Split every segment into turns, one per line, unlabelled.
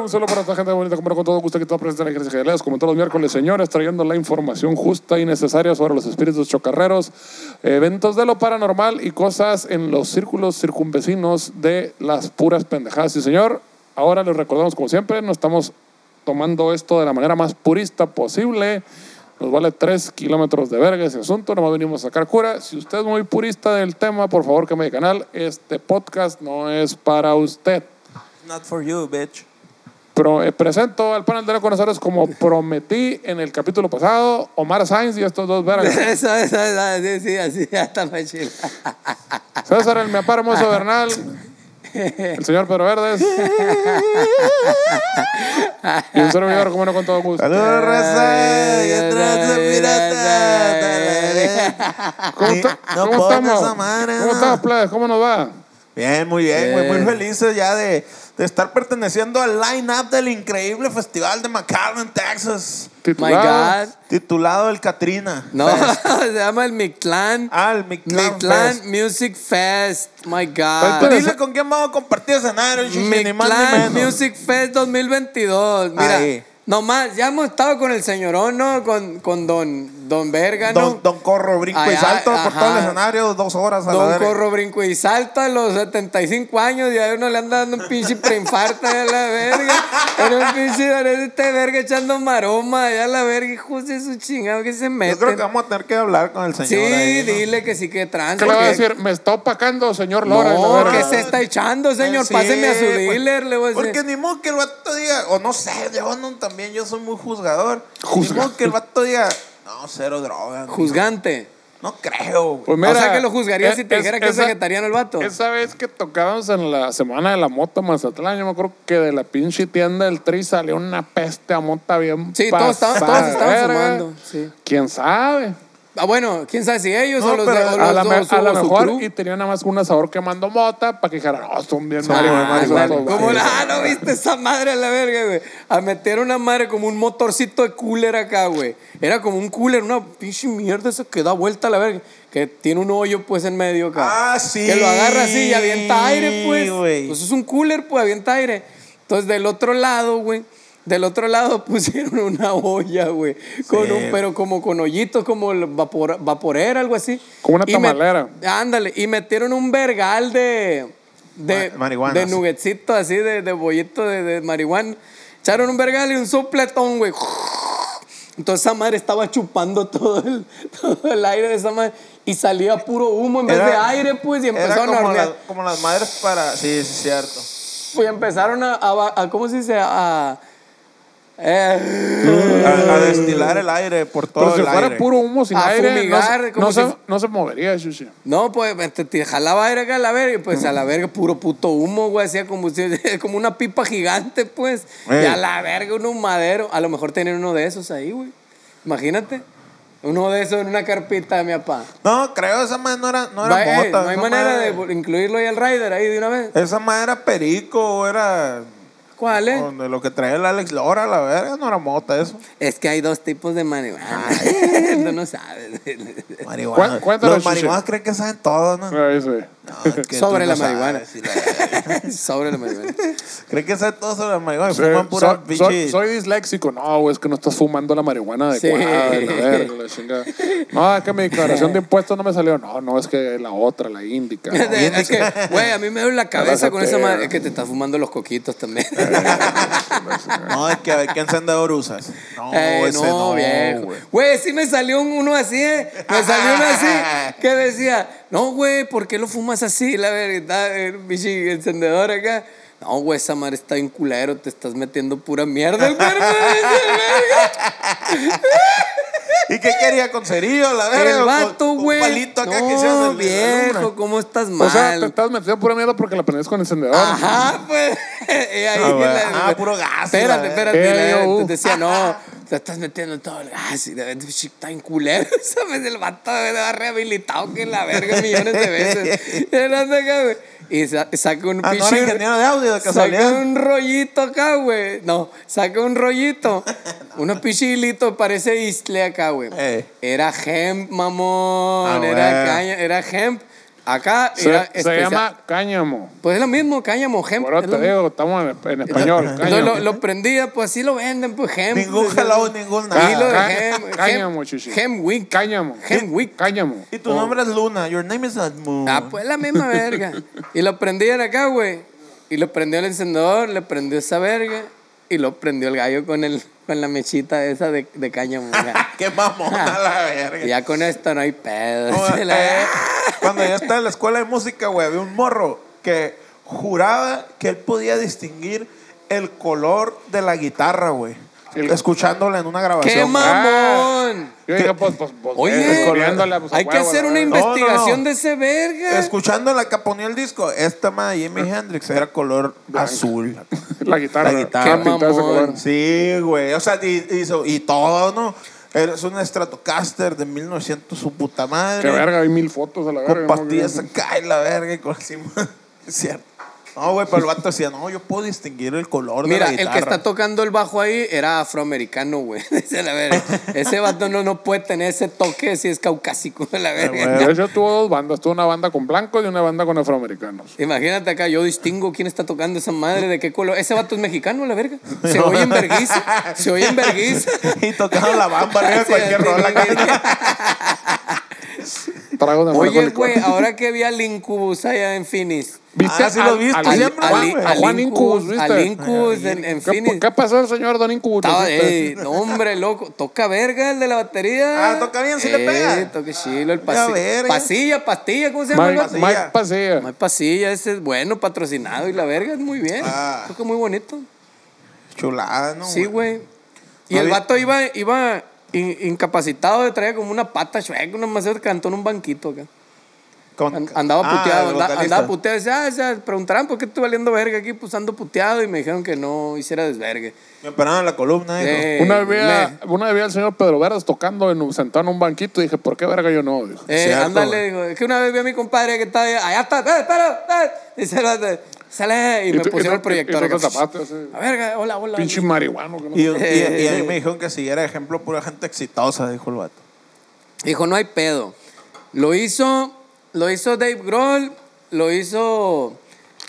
Un saludo para esta gente bonita, como no, con todo gusto que está presente en la Iglesia de Jaleas, como todos los miércoles, señores, trayendo la información justa y necesaria sobre los espíritus chocarreros, eventos de lo paranormal y cosas en los círculos circunvecinos de las puras pendejadas. Y señor, ahora les recordamos, como siempre, no estamos tomando esto de la manera más purista posible. Nos vale tres kilómetros de verga ese asunto, nomás venimos a sacar cura. Si usted es muy purista del tema, por favor, cambie de canal. Este podcast no es para usted.
Not for you, bitch.
Pro- eh, presento al panel de conocedores como prometí en el capítulo pasado, Omar Sainz y estos dos vergas.
Eso, eso, eso, sí, sí, así, hasta me chila.
César, el miapar
Ah.
hermoso Bernal, el señor Pedro Verdes. y un servidor, como no, con todo gusto.
¡Saludos, raza!
Ay,
¡Ya
ay,
trazo,
ay,
pirata!
¿Cómo, está-
No
cómo
pongas
estamos?
esa madre,
¿Cómo
no.
estamos, plebes? ¿Cómo nos va?
Bien, muy bien, güey.
Bien.
Muy felices ya de, de estar perteneciendo al line-up del increíble festival de McAllen, Texas.
My
¿Titulado?
God.
Titulado El Katrina.
No, se llama el Mictlán.
Ah, el Mictlán
Mictlán
Fest.
Music Fest. My
Tú
God.
Pero
Dile
se-
con quién vamos a compartir escenario, chichi, ni más ni menos.
Mictlán Music Fest 2022. Mira,
Ahí.
nomás, ya hemos estado con el señorón, ¿no? Con, con don, don Verga, ¿no?
Don, don Corro, brinco
Ay,
y salto
ay,
por
ajá.
todo el escenario, dos horas a la
Don
verga.
Corro brinco y salta a los 75 años y a uno le anda dando un pinche preinfarto a la verga. Era un pinche parece este verga echando maroma allá a la verga, hijos de su chingado que se
Yo
meten.
creo que vamos a tener que hablar con el señor.
Este sí,
ahí, ¿no?
dile que sí que trans.
¿Qué le voy a
que-
decir? Me está opacando, señor Lora. y la
No,
verga.
que se está echando, señor.
Sí,
Páseme a su
pues,
dealer, le voy a
Porque
decir.
ni modo que el vato diga, o no sé, yo no, también yo soy muy juzgador.
Juzga.
Ni modo que el vato diga, no, cero droga. no".
Juzgante.
No creo, güey.
Pues
O sea, que lo juzgarías si te dijera que es
esa-
vegetariano el vato.
Esa vez que tocábamos en la semana de la mota Mazatlán, yo me acuerdo que de la pinche tienda del Tri salió una peste a mota bien
Sí, todos estaban-
pasada
todos estaban
de verga.
fumando, sí.
¿Quién sabe?
Ah, bueno, quién sabe si ellos
No,
o los de
pero
o
a
los-
a la, me-
o su-
a la
o su crew.
mejor y tenía nada más un asador quemando mota para que dijeran, oh, son bien
Ah,
marihuanos,
güey,
estos
como
vatos".
la- ah, no viste esa madre a la verga, güey. A meter una madre como un motorcito de cooler acá, güey. Era como un cooler, una pinche mierda esa que da vuelta a la verga. Que tiene un hoyo, pues, en medio acá.
Ah, sí.
Que lo agarra así y avienta aire, pues.
güey.
Pues es un cooler, pues, avienta aire. Entonces, del otro lado, güey. Del otro lado pusieron una olla, güey. Con
Sí.
un, pero como con hoyitos, como el vapor, vaporera, algo así.
Como una
Y me-
tamalera.
ándale. Y metieron un vergal de. De,
Ma- marihuana,
de
sí.
nuggetsito así, de, de bollito de, de marihuana. Echaron un vergal y un sopletón, güey. Entonces esa madre estaba chupando todo el, todo el aire de esa madre y salía puro humo en vez
Era-
de aire, pues, y
era
empezaron a
como,
hornear.
la- como las madres para. Sí, sí, es cierto.
Pues empezaron a, a- a- ¿cómo se dice? A... eh,
A, a destilar el aire por todo
Pero si
el
fuera
aire.
puro humo sin
A
aire,
fumigar,
no, se-
como
no
si-
se, no se movería, Shushi.
no, pues te, te jalaba aire acá a la verga y pues a la verga puro puto humo, güey, hacía como, si- como una pipa gigante, pues.
Ey.
Y a la verga un humadero. A lo mejor tenían uno de esos ahí, güey. Imagínate. Uno de esos en una carpita de mi papá.
No, creo, esa madre no era, no era
Va, eh,
mota,
no hay
esa
manera
madre-
de incluirlo ahí al rider ahí de una vez.
Esa madre era perico, o era.
¿Cuál eh? es?
o de lo que traía el Alex Lora, la verga, no era mota eso.
Es que hay dos tipos de marihuana.
Ah.
Tú no sabes.
Marihuana.
Cué- cuéntalo,
Los
Chucho.
marihuanos creen que saben todo, ¿no?
Ahí sí.
No, es que
Sobre
tú
la
no
marihuana.
sabes, y la-
Sobre la marihuana.
Creen que saben todo sobre la marihuana. y
Sí,
Fuman pura
soy,
pinche.
soy- soy disléxico. No, güey, es que no estás fumando la marihuana
Sí.
adecuada. de la verga, la chingada. No, es que mi declaración de impuestos no me salió. No, no, es que la otra, la índica. ¿no?
es que, güey, a mí me duele la cabeza con esa
Agárrate.
madre. Es que te estás fumando los coquitos también.
No, es que a ver quién se anda de oruzas. No,
Eh,
ese no,
viejo.
güey.
Güey, sí me salió un- uno así, ¿eh? Me salió uno así que decía, no, güey, ¿por qué lo fumas así? La verdad, el bichi encendedor acá. No, güey, esa madre está bien culero, te estás metiendo pura mierda al cuerpo.
¿Y qué quería con cerillo? La verga,
El
con-
vato,
con un
güey.
palito acá que se hace
No,
de la luna.
viejo, ¿cómo estás mal?
O sea, te estás metiendo pura mierda porque la prendes con encendedor.
Ajá, pues. eh, ahí
Ah, bueno.
la-
Ah, puro gas,
Espérate,
la-
espérate.
Eh,
la-
uh.
te decía, no, te estás metiendo todo el gas. Y de verdad, sí, está en culero. ¿Sabes? El vato me ha rehabilitado que la verga millones de veces. Y no sé qué, güey. Y sa- saca un
Ah, no era ingeniero de audio, de
Saca
casualidad.
un rollito acá, güey. No, saca un rollito. Unos pichilitos, parece isle acá, güey.
Ey.
Era hemp, mamón.
Ah,
era
bueno.
caña, era hemp. Acá
Se,
era
se
especial-
llama cáñamo.
pues es lo mismo, cáñamo, hemp.
Por
es
eso
lo
te digo, estamos en, en español.
mismo.
eh, cáñamo.
Entonces lo, lo prendía, pues así lo venden, pues hemp.
Ningún jalao, ningún
Ah,
nada.
Hilo de
Cá-
hemp. hemp-
cáñamo, chichi.
Hemp wick.
Cáñamo.
Hemp wick.
Cáñamo.
Y tu nombre es Luna. Your name is not Moon.
Ah, pues la misma verga. Y lo prendía de acá, güey. Y lo prendió el encendedor, le prendió esa verga. Y lo prendió el gallo con, el, con la mechita esa de, de cáñamo. ya.
Qué mamona la verga.
Y ya con esto no hay pedo.
Como,
Se la-
eh, cuando yo estaba en la escuela de música, güey, había un morro que juraba que él podía distinguir el color de la guitarra, güey.
El-
Escuchándola en una grabación.
¡Qué
güey.
mamón!
Yo dije, pues, pues, pues, eh,
Oye,
escorriéndola, pues, a
hay que
huevo,
hacer
la
una
verga.
No, no, no.
investigación de ese verga.
Escuchándola que ponía el disco, esta madre de
Ah.
Jimi Hendrix era color azul.
La guitarra.
La guitarra.
la pintada de ese
Qué mamón.
color.
Sí, güey. O sea, y, y so- y todo, ¿no? Eres un Stratocaster de 1900, su puta madre.
Qué verga, hay mil fotos a la verga.
Con
¿no?
pastillas acá y la verga y con así, Es cierto. No, güey, pero el vato decía, no, yo puedo distinguir el color de
Mira,
la
el
guitarra.
que está tocando el bajo ahí era afroamericano, güey. Dice la verga. Ese vato no, no puede tener ese toque si es caucásico,
Ah,
la verga.
Eh, De hecho, tuvo dos bandas. Tuvo una banda con blancos y una banda con afroamericanos.
Imagínate acá, yo distingo quién está tocando esa madre, de qué color. Ese vato es mexicano, la verga. Se oye en vergüenza. Se oye en vergüenza.
Y tocando la bamba arriba de
Sí,
cualquier
sí,
rola.
sí, sí.
Tragos de amargo
Oye,
licor.
güey, ah, ahora que vi al Incubus allá en Phoenix.
Ah, sí lo viste,
al-
siempre,
al-
Juan,
Al-
güey.
a
al
Juan Incubus, ¿viste?
Al Incubus en, en
¿Qué,
Phoenix.
¿Qué pasó el señor Don Incubus?
Estaba, eh,
¿Viste?
ey, no, hombre, loco. Toca verga el de la batería.
Ah, toca bien, sí le pega.
Toque chilo, el
Ya
pasilla.
verga.
Pasilla, pastilla, ¿cómo se llama? el
Mike, Este Mike
Pasilla.
vato?
Pasilla.
No hay pasilla, ese es bueno, patrocinado y la verga es muy bien.
Ah.
Toca muy bonito.
Chulada, ¿no?
Sí, güey. Y
No
el
vi-
vato iba, iba in- incapacitado, traía como una pata chueca, una maceta, cantó en un banquito acá.
Con-
An- Andaba
Ah,
puteado,
el
anda- andaba,
vocalista.
puteado. Decía, ah, o sea, preguntarán por qué estoy valiendo verga aquí, pues ando puteado. Y me dijeron que no hiciera desvergue.
Me operaron la columna, hijo.
Eh,
Una vez, vi a-
me-
una vez vi al señor Pedro Veras tocando en un, sentado en un banquito y dije, ¿por qué verga yo no? Dijo.
eh,
Cierto,
ándale,
güey.
dijo, es que una vez vi a mi compadre que estaba allá, allá está, eh, espera, eh", dice el vato, sale, y me
tú- tú-
pusieron el proyector.
y tú te
acá. Ah,
tapaste así.
A verga, hola, hola.
Pinche marihuano. que no
Y,
sé.
y- y a mí me dijeron que siguiera ejemplo pura gente exitosa, dijo el vato.
Dijo, no hay pedo. Lo hizo, lo hizo Dave Grohl, lo hizo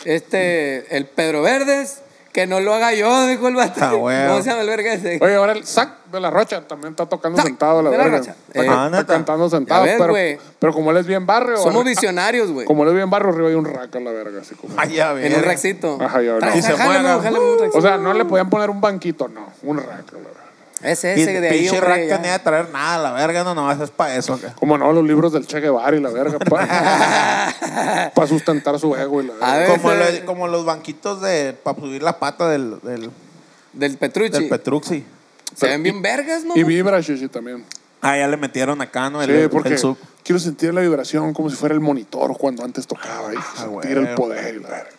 este, el Pedro Verdes, que no lo haga yo, dijo el vato.
Ah, huevo.
¿Cómo se llama el verga ese?
Oye, ahora el Zac de la Rocha también está tocando
Zac
sentado la
de la
verga.
Rocha.
Está,
Eh,
can-
Ah,
está
neta.
cantando sentado,
ves, güey.
pero, pero como él es bien barrio.
Somos
arriba-
visionarios, güey.
Como él es bien barrio, arriba hay un rack a la verga. Así como.
Ay, ya
En un raxito.
Ajá, ya,
Tra-
no.
Y se
jálame,
mueve acá.
jálame un raxito.
O sea, no le podían poner un banquito, no. Un rack a la verga.
ese, ese de ahí,
Pinche
hombre,
raca
ya.
ni ha de traer nada, la verga, no, nomás es para eso acá.
Como no, los libros del Che Guevara y la verga. Para sustentar su ego y la verga.
A ver,
Como,
ese-
lo- como los banquitos de para subir la pata del, del,
Del Petrucci.
del Petruxi.
se ven bien vergas, ¿no?
Y vibra, Shishi, también.
Ah, ya le metieron acá, ¿no? El,
Sí,
el-
porque
el sub.
quiero sentir la vibración como si fuera el monitor cuando antes tocaba. Y
Ah,
sentir el
güey.
poder y la verga.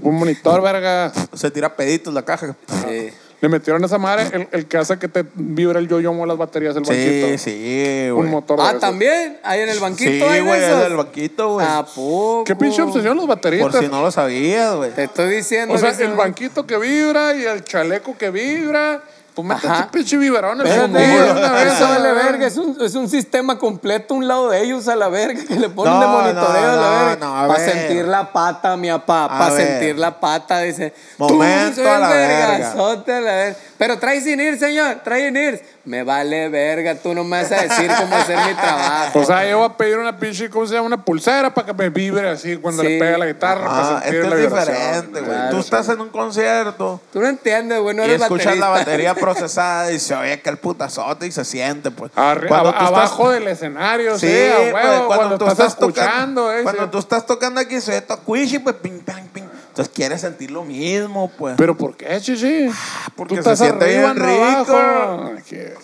Un monitor, verga.
Se tira peditos la caja.
Sí.
Le metieron esa madre, el, el que hace que te vibra el yo-yo o las baterías del
Sí,
banquito.
sí,
Un
güey.
motor de
Ah,
esos.
también. Ahí en el banquito
Sí,
hay de
güey,
esos. Ah, pues,
el banquito, güey.
¿A poco?
¿Qué pinche obsesión los
Por
bateristas?
si no lo sabías, güey.
Te estoy diciendo.
o sea,
que ese-
el banquito que vibra y el chaleco que vibra. Pues métete
Ajá.
un pinche vibrón en el
Espérate,
fundillo una vez,
eso vale
a la
verga. Es un, es un sistema completo, un lado de ellos a la verga, que le ponen
No,
de monitoreo a la
no,
verga.
no, a
para
ver.
sentir la pata, mi papá,
A
para
ver.
sentir la pata, dice. tú
Momento
soy
a
el
la verga.
vergazote a la verga. Pero trae sin ir, señor, trae sin ir. Me vale verga, tú no me vas a decir cómo hacer mi trabajo.
Pues
O sea, yo voy a pedir una pinche, ¿cómo se llama? Una pulsera para que me vibre así cuando
Sí.
le pega la guitarra
Ah,
para sentir
esto
la
es
vibración.
diferente, güey.
Claro.
Tú estás en un concierto
Tú no entiendes, güey, no
y
eres
escuchas
baterista.
la batería procesada y se oye que el putazote y se siente, pues.
Arri-
Cuando
ab-
tú estás-
abajo del escenario, sí,
Sí,
a
güey,
huevo, cuando,
tú
estás,
tocando-
escuchando, eh,
Cuando
sí.
tú estás tocando aquí, se oye tu cuishi, pues ping, pang, ping. Entonces quieres sentir lo mismo, pues.
Pero ¿por qué, chichi?
Ah, porque
tú
se
estás
siente
arriba,
bien
no
rico.
abajo. Ay, qué-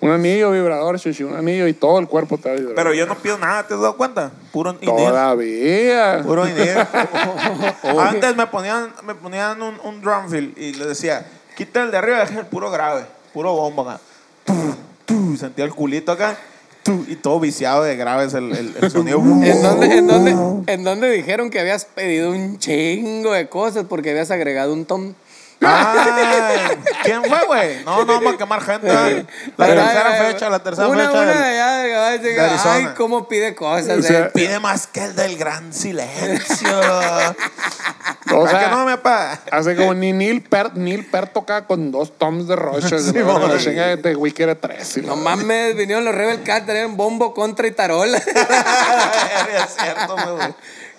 Un anillo vibrador, Chuchi, un anillo y todo el cuerpo te va a vibrar.
Pero yo no pido nada, ¿te has dado cuenta? Puro dinero.
Todavía.
Puro dinero. Antes me ponían, me ponían un, un drum fill y le decía, quita el de arriba, deja el puro grave, puro bombo acá. Tu, tu, sentía el culito acá. tu, y todo viciado de graves el, el, el sonido.
¿En dónde, en, dónde, ¿En dónde dijeron que habías pedido un chingo de cosas porque habías agregado un tom?
Ay, ¿Quién fue, güey? No, no vamos a quemar gente. La
Pero,
tercera
eh,
fecha, la tercera
una,
fecha.
Una
del-
de allá, de allá, de allá,
Arizona.
Ay, cómo pide cosas.
O sea,
eh.
Pide más que el del gran silencio.
O
¿Para
sea,
que no me paga?
Hace como ni Neil Pert, Neil Pert toca con dos toms de Roche.
Sí,
¿no?
hombre.
La chinga de Wicker de tres. y la-
No mames, vinieron los Rebel Cat, tenían bombo contra y tarola.
es cierto, güey.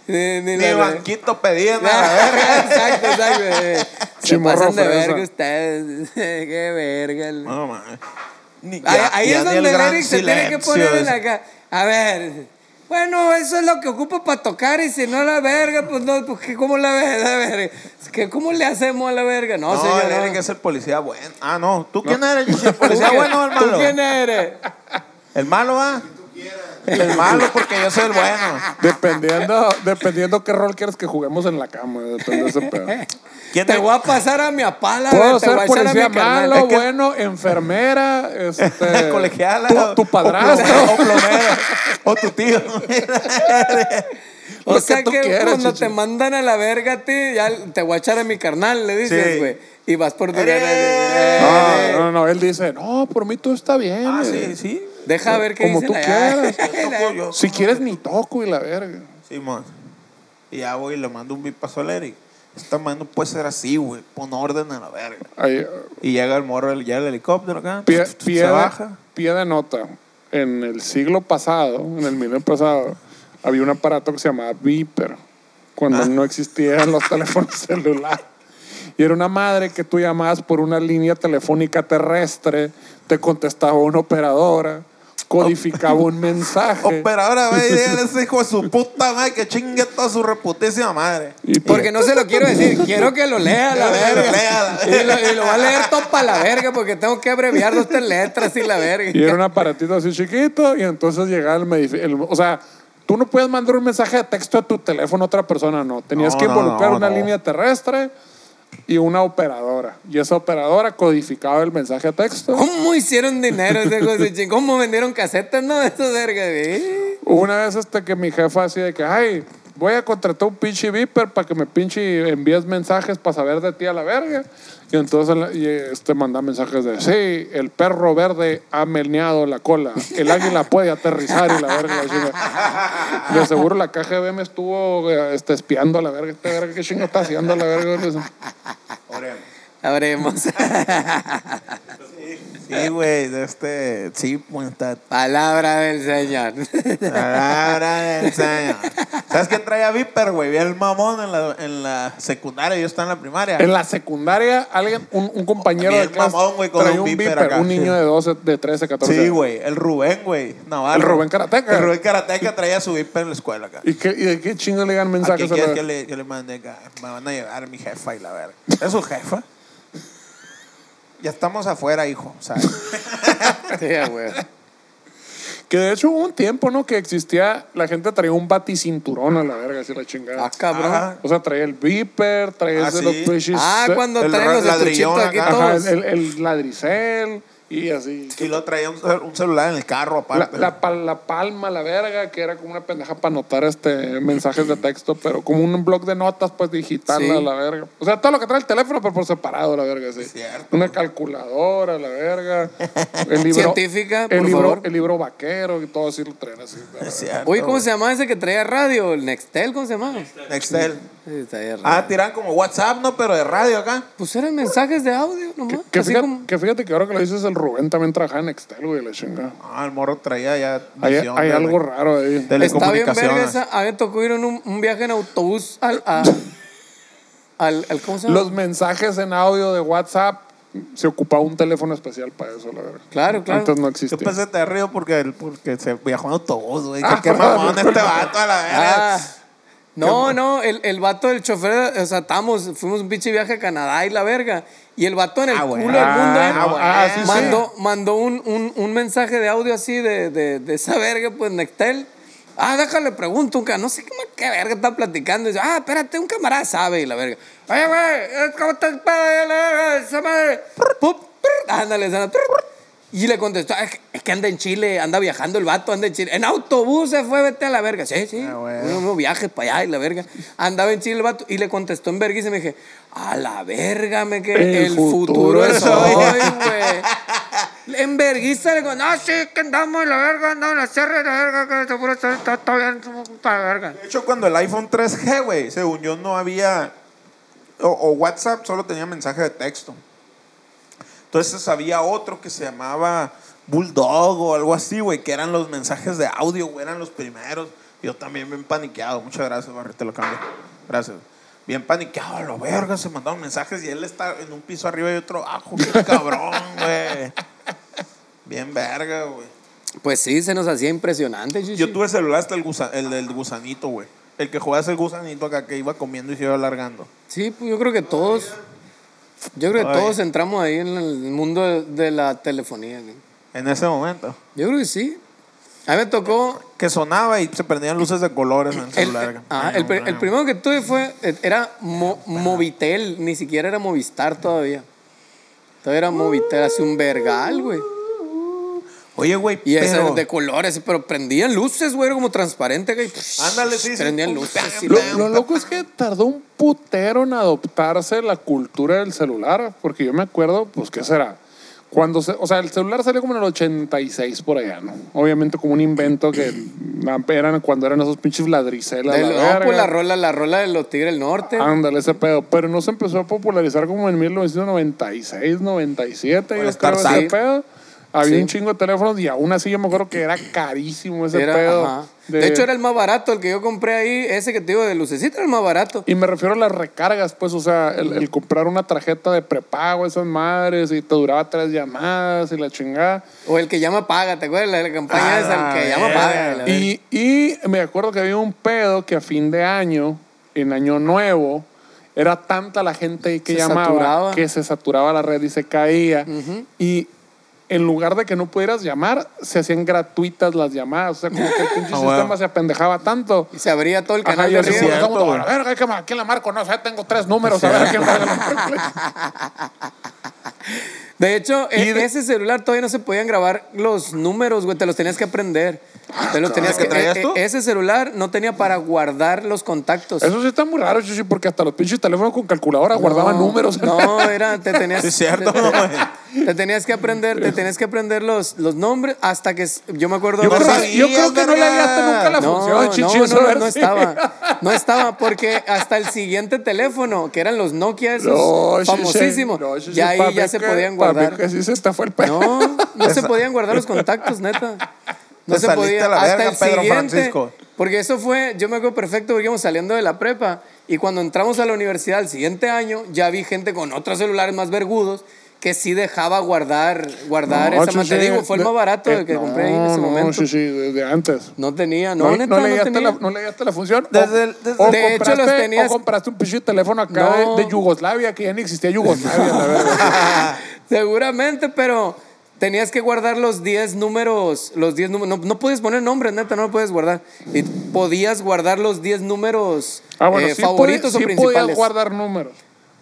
ni ni
Ni
la-
banquito pedía nada.
exacto, exacto. eh. Se
Chimorro
pasan de
fresa.
verga ustedes. Qué verga. el-
No, man. Ni-
Ahí,
ya-
ahí
ya
es
ni
donde el
gran
Eric se tiene que
silencio
poner en
es.
la ca- A ver. Bueno, eso es lo que ocupo para tocar y si no la verga, pues no, pues ¿qué- ¿cómo la verga? La verga? Es que, ¿Cómo le hacemos a la verga? No,
No, el
señor. no. Pues,
Eric es el policía bueno. Ah, no. ¿Tú quién eres? Yo soy el policía
¿Tú quién-
bueno o el
¿Tú quién
malo.
eres?
El malo, va. El malo, porque yo soy el bueno.
Dependiendo, dependiendo qué rol quieres que juguemos en la cama. Depende de ese pedo.
¿Quién
Te
es?
voy a pasar a mi apala,
Puedo
güey, te
ser
voy a echar a mi
policía
carnal.
malo,
Es que-
bueno, enfermera, este,
Colegiala.
tu, tu
o
padrastro.
plomero, O plomero. O tu tío.
Lo
O
que
sea
tú
que
quieras,
cuando
chichi.
te mandan a la verga a ti, ya te voy a echar a mi carnal, le dices,
Sí.
güey. Y vas por tu
¡Eh!
carnal. eh,
No, Ah, no, no, él dice, no, por mí todo está bien.
Ah,
eh.
sí, sí.
Deja ver qué
Como
dice
tú
la-
quieras.
Yo toco, yo-
Si quieres ni toco y la verga.
Simón. Y ya voy y le mando un bipazo al Eric. Esta mano puede ser así, güey. Pon orden a la verga.
Ahí,
Y llega el morro, ya el helicóptero acá.
pie, pie
se
de-
baja.
pie de nota. En el siglo pasado, en el milenio pasado, había un aparato que se llamaba Viper, cuando
Ah.
no existían los teléfonos celulares. Y era una madre que tú llamabas por una línea telefónica terrestre, te contestaba una operadora, codificaba un
Oh,
mensaje.
Operadora, ve y dígale a ese hijo de su puta madre que chingue toda su reputísima madre.
Y
Porque no se lo quiero decir, quiero que lo lea la
Quiero que lo lea
verga.
la
Y lo, y lo va a leer todo para la verga porque tengo que abreviar dos tres letras y la
Y era
verga.
un aparatito así chiquito y entonces llegaba el, medif- el- O sea, tú no puedes mandar un mensaje de texto a tu teléfono a otra persona, no. Tenías
No,
que
no,
involucrar
no,
una
no.
línea terrestre y una operadora. Y esa operadora codificaba el mensaje de texto.
¿Cómo hicieron dinero ese hijo de su ching- ¿Cómo vendieron casetas? No, eso verga, güey.
Hubo Una vez este que mi jefa así de que, ay, voy a contratar un pinche viper para que me pinche envíes mensajes para saber de ti a la verga. Y entonces la- y, este manda mensajes de, sí, el perro verde ha meneado la cola, el águila puede aterrizar y la verga. la chingada. De seguro la KGB me estuvo eh, este, espiando a la verga. Esta verga, ¿qué chingo está haciendo a la verga?
Oremos.
Abremos.
Sí, güey, de este. Sí, puta.
Palabra del Señor.
Palabra del Señor. ¿Sabes qué traía Viper, güey? Vi el mamón en la, en la secundaria, yo estaba en la primaria.
En la secundaria, alguien, un, un compañero
Bien
de clase
mamón, güey, con
traía
un
un
beeper
beeper,
acá.
un niño de 12, de 13, 14
Sí,
años.
güey. El Rubén, güey. Navarro.
El Rubén Karateca.
El Rubén Karateca traía su Viper en la escuela acá.
¿Y, qué, ¿Y de qué chingo le dan
¿A quién
mensajes a
quieres
la
que le, que le mande acá? Me van a llevar mi jefa y la verga. ¿Es su jefa? Ya estamos afuera, hijo. O sea,
Sí, a huevo.
Que de hecho hubo un tiempo, ¿no? Que existía, la gente traía un baticinturón a la verga, así la
Ah,
chingada.
cabrón.
Ajá.
O sea, traía el beeper, traía
Ah,
ese
sí.
los pinches-
Ah, cuando
El
traen los
ladrillón
estuchitos aquí
acá.
eh, Ajá,
todos.
el, el- el ladricel y así.
y lo traía un, cel- un celular en el carro
La,
aparte.
la pal- la palma, la verga, que era como una pendeja para anotar este mensajes de texto, pero como un blog de notas, pues digital,
Sí.
a la verga. O sea, todo lo que trae el teléfono, pero por separado, la verga, sí.
Cierto.
Una calculadora, la verga. El libro,
Científica,
el
por
libro,
favor.
El libro vaquero y todo así lo traen así. la verga.
Es cierto,
Uy, ¿cómo
güey.
se llama ese que traía radio? ¿El Nextel? ¿Cómo se llama?
Nextel.
Sí, traía radio.
Ah, tiran como WhatsApp, ¿no? Pero de radio acá.
Pues eran mensajes de audio nomás.
Que
así
fíjate,
como-
que fíjate que ahora que lo dices, el Rubén también trabajaba en Excel, güey, la chingada.
Ah, el morro traía ya.
Hay,
visión
hay
de-
algo raro ahí.
Está bien verga
telecomunicaciones.
esa. A mí me tocó ir en un, un viaje en autobús al, a- al, al- ¿Cómo se llama?
Los mensajes en audio de WhatsApp se ocupaba un teléfono especial para eso, la verga.
Claro, claro.
Antes no
Yo
existía.
pensé te río porque, el- porque se viajó en autobús, güey.
Ah,
qué
perdón,
mamón este vato a la verga.
Ah, no, no, el, el vato del chofer, o sea, estábamos, fuimos un pinche viaje a Canadá y la verga. Y el vato en el
Ah,
culo
bueno.
del mundo
Ah,
eh,
bueno.
Ah, sí, sí.
mandó, mandó un, un- un mensaje de audio así de, de, de esa verga, pues Nextel. Ah, déjale, pregunto, un ca- no sé qué, ma- qué verga está platicando. Y yo, ah, espérate, un camarada sabe y la verga. Oye, güey, eh, ¿cómo está el pedo? Y la verga, Esa madre. Pup, prr, Ándale, esa- prr, prr. Y le contestó, "Ah, es que- es que anda en Chile, anda viajando el vato, anda en Chile. En autobús se fue, vete a la verga. Sí, sí.
Ah, bueno.
uno- unos viajes para allá y la verga. Andaba en Chile el vato y le contestó en verga y se me dije, a la verga, me que
El
el,
futuro
futuro, es
es hoy".
hoy, güey. En verguiza le digo, no, sí, que andamos y la verga, andamos en la sierra y la verga, que seguro está, está, está bien, somos para la verga.
De hecho, cuando el iPhone 3G, güey, según yo no había. O, o WhatsApp solo tenía mensaje de texto. Entonces había otro que se llamaba Bulldog o algo así, güey, que eran los mensajes de audio, güey, eran los primeros. Yo también bien paniqueado. Muchas gracias, Barry, te lo cambio. Gracias. Bien paniqueado, a la verga, se mandaban mensajes y él está en un piso arriba y otro abajo. Qué cabrón, güey. Bien verga, güey.
Pues sí, se nos hacía impresionante, chichi.
Yo tuve celular hasta el, gusa- el del gusanito, güey. El que jugaba el gusanito acá, que iba comiendo y se iba alargando.
Sí, pues yo creo que todos, yo creo que
Todavía.
todos entramos ahí en el mundo de, de la telefonía. güey.
En ese momento.
Yo creo que sí. A mí me tocó
Que sonaba y se prendían luces de colores en el
El,
celular. acá.
ah, el, pri- el primero que tuve fue, eh, era Mo- Movitel, ni siquiera era Movistar todavía. Todavía era Movitel, así un vergal, güey.
Oye, güey,
Y ese
pero...
de colores, pero prendían luces, güey, era como transparente, güey.
Ándale, sí, sí.
Prendían luces. y
Lo,
la-
lo loco es que tardó un putero en adoptarse la cultura del celular, porque yo me acuerdo, pues, ¿qué será? Cuando se, o sea, el celular salió como en el 86 por allá, ¿no? Obviamente como un invento que na- eran cuando eran esos pinches ladricelas.
de-
la
no,
verga. Ah,
pues, la rola, la rola de los Tigres del Norte.
Ándale, ese pedo. Pero no se empezó a popularizar como en 1996, 97,
Por
yo
estar
creo, ese
sal-
pedo. Había
Sí.
un chingo de teléfonos y aún así yo me acuerdo que era carísimo ese
Era-
pedo.
ajá. De... hecho, era el más barato, el que yo compré ahí, ese que te digo de lucecita, era el más barato.
Y me refiero a las recargas, pues, o sea, el, el comprar una tarjeta de prepago, esas madres, y te duraba tres llamadas y la chingada.
O el que llama paga, ¿te acuerdas? La, la campaña
Ah,
esa, el que
la
llama
verga.
paga. la verga.
Y, y me acuerdo que había un pedo que a fin de año, en año nuevo, era tanta la gente que
Se
llamaba
saturaba.
que se saturaba la red y se caía. Y en lugar de que no pudieras llamar, se hacían gratuitas las llamadas. O sea, como que el pinche
Ah,
sistema
bueno.
se apendejaba tanto.
Y se abría todo el canal
Ajá, y
de
así
arriba.
como que estamos todos,
güey.
a ver, ¿a quién- a quién la marco? No, o sea, tengo tres números, a ver, ¿a quién la marco?
De hecho,
Y
en
de-
ese celular todavía no se podían grabar los números, güey. Te los tenías que aprender. Te los tenías
¿Que
que,
traías
e- e-
tú?
ese celular no tenía para guardar los contactos.
Eso sí está muy raro, Chuchi, porque hasta los pinches teléfonos con calculadora guardaban
No,
números.
No, era, te tenías.
Sí, es cierto,
te, te-
güey.
te tenías que aprender, te tenías que aprender los, los nombres hasta que. s- Yo me acuerdo.
yo,
no
creo,
sabía.
yo creo que no le
verga.
hallaste nunca la
No,
función,
no,
Chuchi.
no,
eso
no,
a ver
no
si-
estaba. No estaba, porque hasta el siguiente teléfono, que eran los Nokia,
No, Chuchi,
esos famosísimos,
no, Chuchi,
ya
para mí
ahí ya se
que-
podían
para mí
guardar.
que sí se te fue el pedo.
No, no se podían guardar los contactos, neta. No
Te
se
saliste
podía.
a la
Hasta
verga,
el
Pedro
siguiente,
Francisco.
Porque eso fue, yo me acuerdo perfecto, porque íbamos saliendo de la prepa y cuando entramos a la universidad el siguiente año, ya vi gente con otros celulares más vergudos que sí dejaba guardar, guardar
No,
esa
Chuchi,
materia. Digo, fue el
de-
más barato
eh,
el que
no,
compré ahí en ese
no,
momento.
Chuchi, desde antes.
No tenía, no, neta, no,
le hallaste
tenía.
la, no le hallaste la función. o-
Desde el- desde-
o
De hecho,
compraste-
los tenías-
O compraste un pinche teléfono acá de-
No.
de, Yugoslavia, que ya ni existía Yugoslavia, la verdad.
Seguramente, pero tenías que guardar los 10 números, los 10 números, no, no puedes poner nombres, neta, no lo puedes guardar. Y podías guardar los 10 números
Ah, bueno,
eh,
sí,
favoritos
podía-
o
sí podías
principales.
guardar números.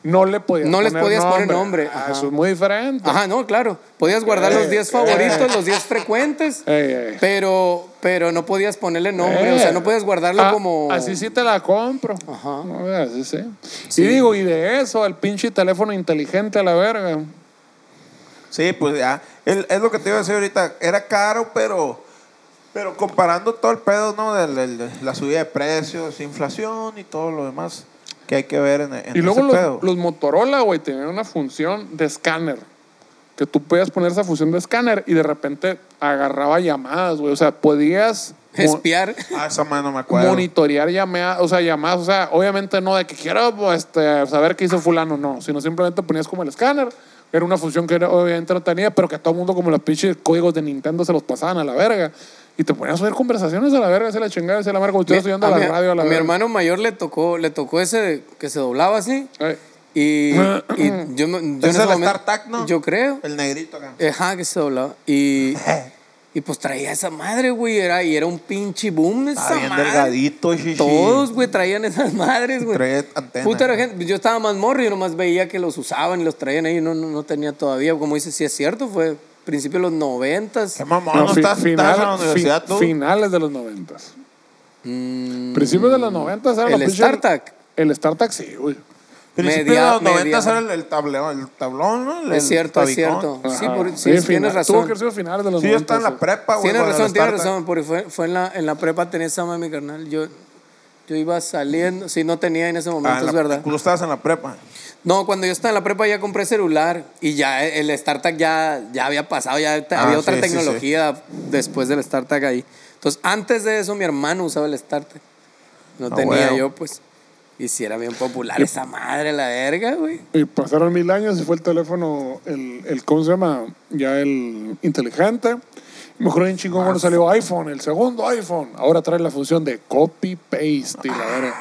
No le podías
No les podías poner nombre,
Ah,
ajá.
eso es muy diferente.
Ajá, no, claro. Podías guardar
Eh,
los 10
eh.
favoritos, los 10 frecuentes,
Eh, eh.
pero pero no podías ponerle nombre,
Eh,
o sea, no podías guardarlo
ah,
como
Así sí te la compro.
Ajá.
No, así sí. Y digo, y de eso, al pinche teléfono inteligente a la verga.
Sí, pues ya. El- es lo que te iba a decir ahorita. Era caro, pero. Pero comparando todo el pedo, ¿no? Del- del- De, la subida de precios, inflación y todo lo demás que hay que ver en, en
Y luego
ese pedo.
los, los Motorola, güey, tenían una función de escáner. Que tú podías poner esa función de escáner y de repente agarraba llamadas, güey. O sea, podías mo-
espiar.
Ah, esa mano me acuerdo.
monitorear llamadas, o sea, llamadas. O sea, obviamente no de que quiero pues, este, saber qué hizo fulano, no. Sino simplemente ponías como el escáner. Era una función que era- obviamente no tenía, pero que todo el mundo, como los pinches códigos de Nintendo, se los pasaban a la verga. Y te ponías a oír conversaciones a la verga, se la chingada, se la marca. Estoy
Mi-
estudiando
a
la
mi-
radio a la
a mi
verga.
hermano mayor le tocó le tocó ese que se doblaba así.
Ay,
Y, y yo, me- yo en
Ese es
ese
el
momento-
StarTac, ¿no?
Yo creo.
El negrito acá.
Ajá, que se doblaba. Y, y pues traía esa madre, güey. Era, y era un pinche boom esa
Está bien
madre.
delgadito, chichi.
Todos, güey, traían esas madres, güey.
Traía antena.
Puta era gente. Yo estaba más morro y nomás veía que los usaban y los traían ahí. No, no, no tenía todavía. Como dices, sí es cierto, fue principio de los noventas.
Qué mamón,
No,
no,
fi-
estás,
final-
estás en la
fi-
universidad tú.
Finales de los noventas. Principios de los noventas eran
Mm. ¿El
los pinches-
StarTac?
El StarTac, sí, güey.
Principio
media-
de los 90
media-
era el, el tablón, el tablón, ¿no? El-
Es
el
cierto, es
tabicón.
cierto. Sí,
Ajá.
por- sí, tienes
final-
razón.
Tuvo que haber sido finales de los
Sí, yo estaba en la
noventas,
prepa, güey.
Tienes
cuando
razón,
el
tienes
startup-
razón, porque fue, fue en, la, en la prepa, tenía esa madre mi carnal. Yo, yo iba saliendo, sí, no tenía en ese
Ah,
momento,
en la-
es verdad.
Tú estabas en la prepa.
No, cuando yo estaba en la prepa ya compré celular y ya el StarTag ya, ya había pasado, ya te-
Ah,
había otra
sí, sí,
tecnología después del StarTag ahí. Entonces, antes de eso, mi hermano usaba el StarTag. No
Ah,
tenía
huevo.
yo, pues. Y si era bien popular esa madre, la verga, güey.
güey. Y pasaron mil años y fue el teléfono, el, el ¿cómo se llama? Ya el inteligente. Mejor en chingón cuando salió iPhone, el segundo iPhone. Ahora trae la función de copy-paste y la verga.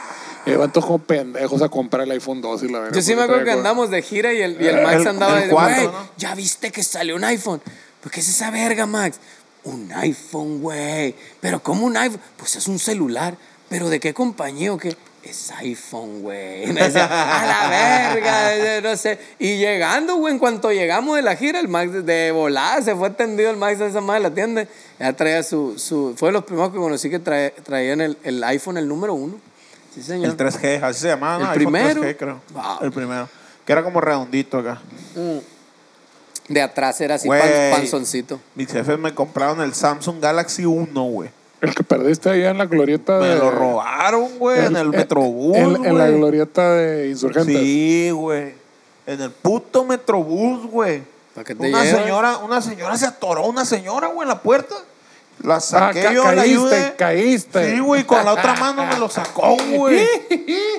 Y levantó como pendejos a comprar el iPhone 2 y la verga.
Yo sí me
porque
acuerdo que
trae-
andamos de gira y el, y el Max
El-
andaba
el
de,
cuatro,
güey,
¿no?
ya viste que salió un iPhone. ¿Por qué es esa verga, Max? Un iPhone, güey. ¿Pero cómo un iPhone? Pues es un celular. ¿Pero de qué compañía o qué? Es iPhone, güey. Y me decía, A la verga, yo no sé. Y llegando, güey, en cuanto llegamos de la gira, el Max de volada se fue tendido el Max a esa madre de la tienda. Ya traía su, su. Fue de los primeros que conocí que trae- traían el, el iPhone, el número uno. Sí, señor.
El 3G, así se llamaba, ¿no?
El
iPhone
primero.
3G, creo.
Wow.
El primero. Que era como redondito acá.
Mm. De atrás era así, pan-
Güey.
panzoncito.
Mis jefes me compraron el Samsung Galaxy 1, güey.
El que perdiste allá en la glorieta de...
Me
Eh.
lo robaron, güey, en el Metrobús,
en- en la
güey.
glorieta de Insurgentes.
Sí, güey. En el puto Metrobús, güey.
¿Pa' qué te
Una
llevas?
señora, una señora se atoró, una señora, güey, en la puerta.
Ah,
La saqué
ca-
yo, la
caíste,
ayudé.
caíste.
Sí, güey, con la otra mano me lo sacó, güey.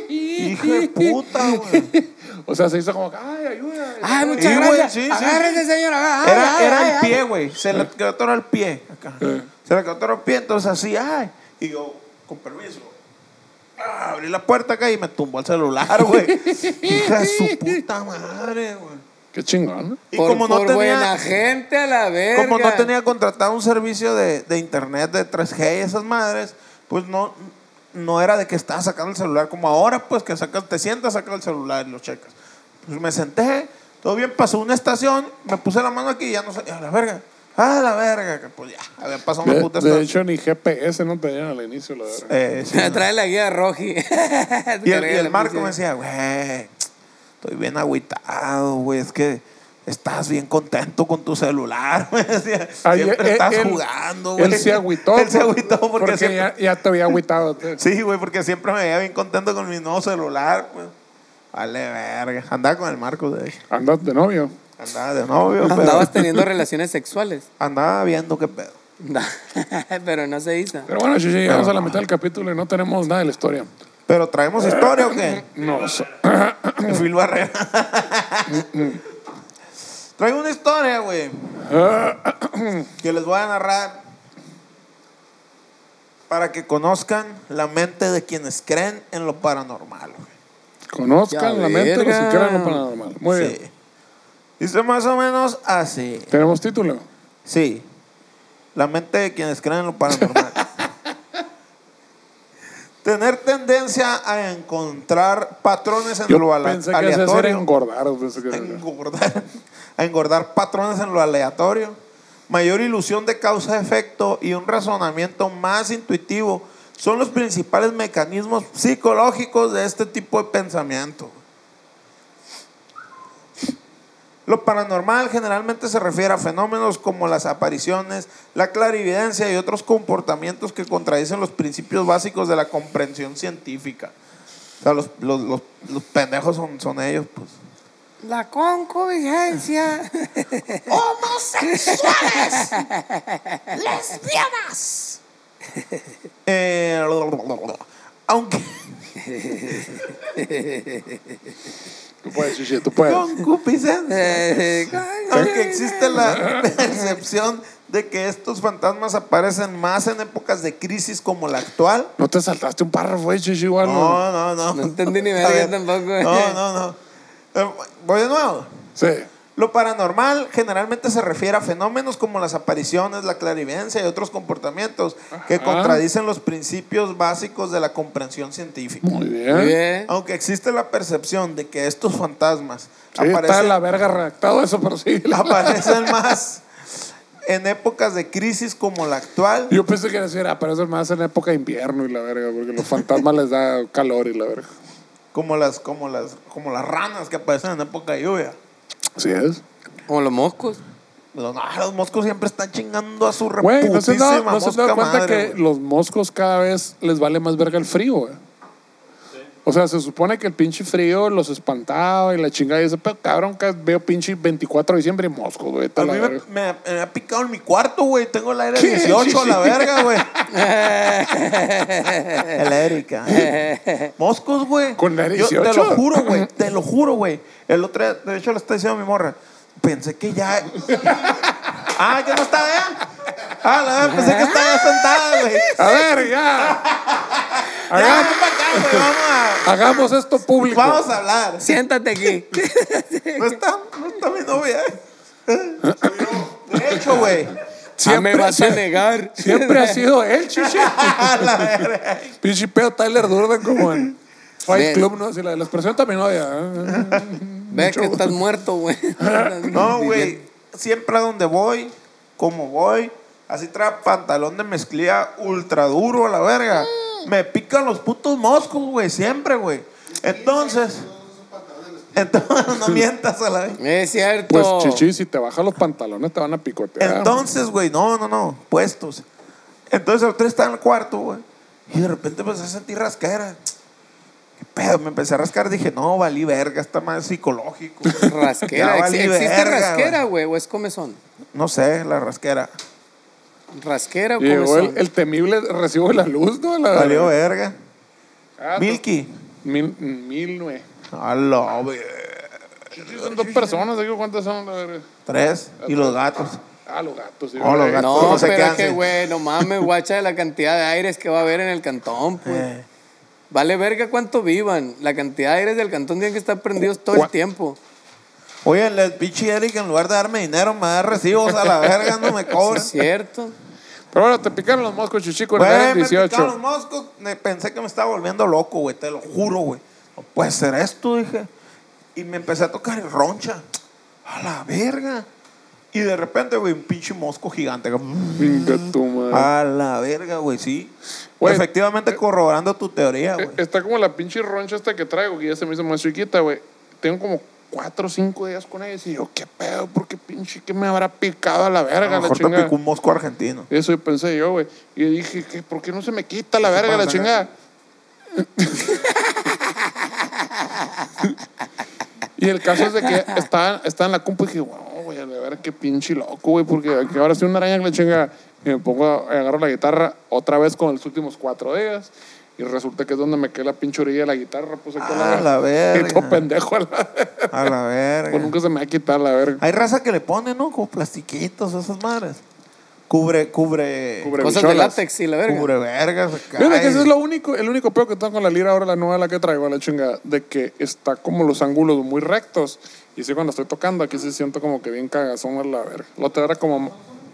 Hijo de puta, güey.
O sea, se hizo como, que, ay, ayuda.
Ay, muchas
Sí, güey,
gracias.
sí, sí,
Agárrese, señor. Ay,
Era,
ay,
era
ay,
el
ay.
pie, güey. Se le quedó atorado el pie. Acá. Se le quedó atorado el pie, entonces así, ay. Y yo, con permiso. ah, abrí la puerta acá y me tumbó el celular, güey. Hija de su puta madre, güey.
Qué chingón.
Y
Por,
como no
por
tenía.
buena gente a la verga.
Como no tenía contratado un servicio de, de internet de 3G y esas madres, pues no, no era de que estaba sacando el celular como ahora, pues que sacas, te sientas, sacas el celular y lo checas. Pues me senté, todo bien, pasó una estación, me puse la mano aquí y ya no sé, a la verga, a la verga, que pues ya, había pasado una
De,
puta
de hecho,
estación.
ni GPS no tenían al inicio, la verdad.
Eh, sí, no.
Trae la guía de Roji.
Y el, y el Marco me decía, güey, estoy bien agüitado, güey, es que estás bien contento con tu celular, me decía.
Ay,
siempre
él-
estás
él-
jugando, güey.
Él se agüitó. pues,
Él se agüitó porque, siempre,
ya, ya te había agüitado.
Sí, güey, porque siempre me veía bien contento con mi nuevo celular, güey. Vale, verga. Andaba con el Marco, de hecho.
Andas de novio.
Andaba de novio, pero
Andabas teniendo relaciones sexuales.
andaba viendo qué pedo.
Pero no se hizo.
Pero bueno, yo llegamos a la mitad del capítulo y no tenemos nada de la historia.
Pero traemos historia o qué?
No, sé.
Phil Barrera. Traigo una historia, güey. que les voy a narrar para que conozcan la mente de quienes creen en lo paranormal, güey.
conozcan
Ya,
la mente pues, los que
verga.
crean lo paranormal. Muy
Sí.
bien.
Dice más o menos así.
¿Tenemos título?
Sí. La mente de quienes creen en lo paranormal. Tener tendencia a encontrar patrones en
Yo
lo ala-
pensé que ese era
aleatorio.
engordar. pensé que
a
era-
engordar, a engordar patrones en lo aleatorio, mayor ilusión de causa-efecto y un razonamiento más intuitivo son los principales mecanismos psicológicos de este tipo de pensamiento. Lo paranormal generalmente se refiere a fenómenos como las apariciones, la clarividencia y otros comportamientos que contradicen los principios básicos de la comprensión científica. O sea, los, los- los- los pendejos son, son ellos, pues.
La concubigencia.
homosexuales, lesbianas,
Eh, aunque
Tú puedes, Gigi, tú puedes.
concupiscencia.
Eh,
Aunque existe la percepción de que estos fantasmas aparecen más en épocas de crisis como la actual.
No te saltaste un párrafo, eh, Gigi, igual.
No, no, no.
No entendí ni
A
verga
ver,
tampoco, eh.
No, no, no. Eh, Voy de nuevo.
Sí.
Lo paranormal generalmente se refiere a fenómenos como las apariciones, la clarividencia y otros comportamientos que contradicen los principios básicos de la comprensión científica.
Muy bien.
Muy bien.
Aunque existe la percepción de que estos fantasmas
Sí, está
aparecen,
la verga redactado eso, pero sí.
aparecen más en épocas de crisis como la actual,
Yo pensé que decir, aparecen más en época de invierno y la verga, porque los fantasmas les da calor y la verga.
como las, como las, como las ranas que aparecen en época de lluvia.
Así es.
Como los moscos.
Los, ah, los moscos siempre están chingando a su
Güey, ¿no se han dado,
reputísima
no se han dado
mosca
cuenta
madre,
que
güey.
los moscos cada vez les vale más verga el frío, güey? O sea, se supone que el pinche frío los espantaba y la chingada y ese pero cabrón, que veo pinche 24 de diciembre y moscos, güey. está
A
la
mí me,
verga.
me- me ha picado en mi cuarto, güey. Tengo el aire
¿Qué?
18 a la verga, güey. El Erika. Moscos, güey.
¿Con la aire
Yo Te
18?
lo juro, güey. Te lo juro, güey. El otro día, de hecho, lo está diciendo mi morra. Pensé que ya. ah, que no está allá. Ah, la verdad, pensé que estaba sentada, güey.
A ver, ya.
Ya,
Hagamos,
ven pa' acá, güey. Vamos
hagamos esto público.
a, vamos a hablar.
Siéntate aquí.
No está, no está mi novia. ¿eh? De hecho, güey.
Siempre
Siempre
Ah, me vas a
se-
negar.
Siempre ha sido él, chiche.
A la verga.
Pinche pedo Tyler Durden como en Fight
Ve.
Club, ¿no? Si la de las personas también odia. ¿eh?
Ves que estás muerto, güey.
No, güey. Siempre a donde voy, como voy, así trae pantalón de mezclilla ultra duro a la verga.
Mm.
Me pican los putos moscos, güey, siempre, güey. Entonces. Entonces, no mientas a la verga.
Es cierto.
Pues chichi, si te bajas los pantalones te van a picotear.
Entonces, güey, no, no, no, puestos. Entonces, el tres está en el cuarto, güey. Y de repente empecé a sentir rasquera. ¿Qué pedo? Me empecé a rascar. Dije, no, valí verga, está más psicológico.
Rasquera.
Ya
Ex-
valí
¿Existe
verga,
rasquera,
güey.
güey? ¿O es comezón?
No sé, la rasquera.
¿Rasquera o
Llegó el,
comezón?
el temible recibo de la luz, ¿no? La,
Valió verga.
Ah,
Milky.
Mil, mil nueve.
A la verga.
Son dos personas, digo, ¿cuántas son? La verga?
Tres. Y los gatos.
Ah, los gatos. sí,
Oh, los
verga.
gatos.
No,
¿Cómo se
pero es
quedan
que,
sin-
güey, no mames, guacha de la cantidad de aires que va a haber en el cantón, pues.
Eh,
Vale verga cuánto vivan. La cantidad de aires del cantón tienen que estar prendidos todo el
Gua-
tiempo.
Oye, el pinche Eric, en lugar de darme dinero, me da recibos a la verga, no me cobra.
Es cierto.
Pero ahora te picaron los moscos, chichi, con
Güey,
el
me picaron los
18.
moscos. me- Pensé que me estaba volviendo loco, güey. Te lo juro, güey. No puede ser esto, dije. Y me empecé a tocar el roncha. A la verga. Y de repente, güey, un pinche mosco gigante. güey.
Venga, tu madre.
A la verga, güey, sí.
Güey,
Efectivamente corroborando tu teoría, güey.
Eh, Está como la pinche roncha esta que traigo, que ya se me hizo más chiquita, güey. Tengo como cuatro o cinco días con ella y yo, ¿qué pedo? ¿Por qué pinche que me habrá picado a la
A
verga,
lo
eh, la
mejor te
chingada?
picó un mosco argentino.
Eso yo pensé yo, güey. Y dije, ¿qué? ¿por qué no se me quita la verga, la
pasa?
chingada? y el caso es de que estaba, estaba en la compu y dije, wow, güey, a ver qué pinche loco, güey, porque aquí ahora sí una araña que la chinga. Y me pongo, a- agarro la guitarra otra vez con los últimos cuatro días. Y resulta que es donde me quedé la pinche orilla de la guitarra. Pues acá
Ah, la verga.
Y todo pendejo, a la
A la
Pues
verga.
nunca se me va a quitar la verga.
Hay raza que le pone, ¿no? Como plastiquitos, esas madres. Cubre, cubre.
Cubre-
Cosas de
bicholas.
látex y la verga.
Cubre vergas.
Fíjate que ese es lo único, el único peor que tengo con la lira ahora, la nueva, la que traigo, la chingada, de que está como los ángulos muy rectos. Y sí, cuando estoy tocando aquí sí siento como que bien cagazón a la verga. La otra era como,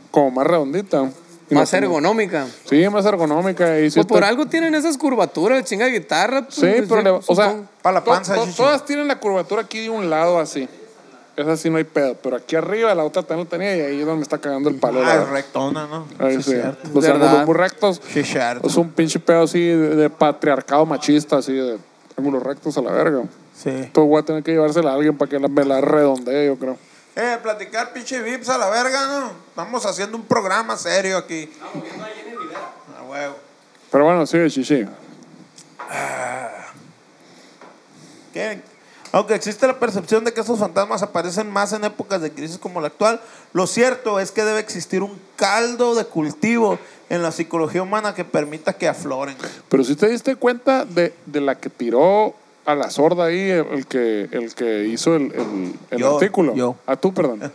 como más redondita. Y
Más
no-
ergonómica.
Sí, más ergonómica. Y sí
Pues por
está-
algo tienen esas curvaturas, chinga guitarra. pues,
Sí, pero, le- o sea,
supongo.
Pa' la
to-
panza,
to-
chichi.
todas tienen la curvatura aquí de un lado así. Esa sí no hay pedo, pero aquí arriba la otra también la tenía y ahí es donde me está cagando el palo. la
Ah, es
verga.
rectona, ¿no?
Ahí
Sí,
sí,
cierto.
los
¿Verdad?
ángulos muy rectos.
Sí, cierto.
Es un pinche pedo así de, de patriarcado machista, así de ángulos rectos a la verga.
Sí.
Entonces voy a tener que llevársela a alguien para que la, me la redondee, yo creo.
Eh, platicar pinche vips a la verga, ¿no? Estamos haciendo un programa serio aquí. Estamos viendo a Jenny Rivera. A huevo.
Pero bueno, sí, chichi.
¿Qué? Aunque existe la percepción de que esos fantasmas aparecen más en épocas de crisis como la actual, lo cierto es que debe existir un caldo de cultivo en la psicología humana que permita que afloren.
Pero si te diste cuenta de, de la que tiró a la sorda ahí, el, el que, el que hizo el, el- el
Yo,
artículo.
yo.
A tú, perdón.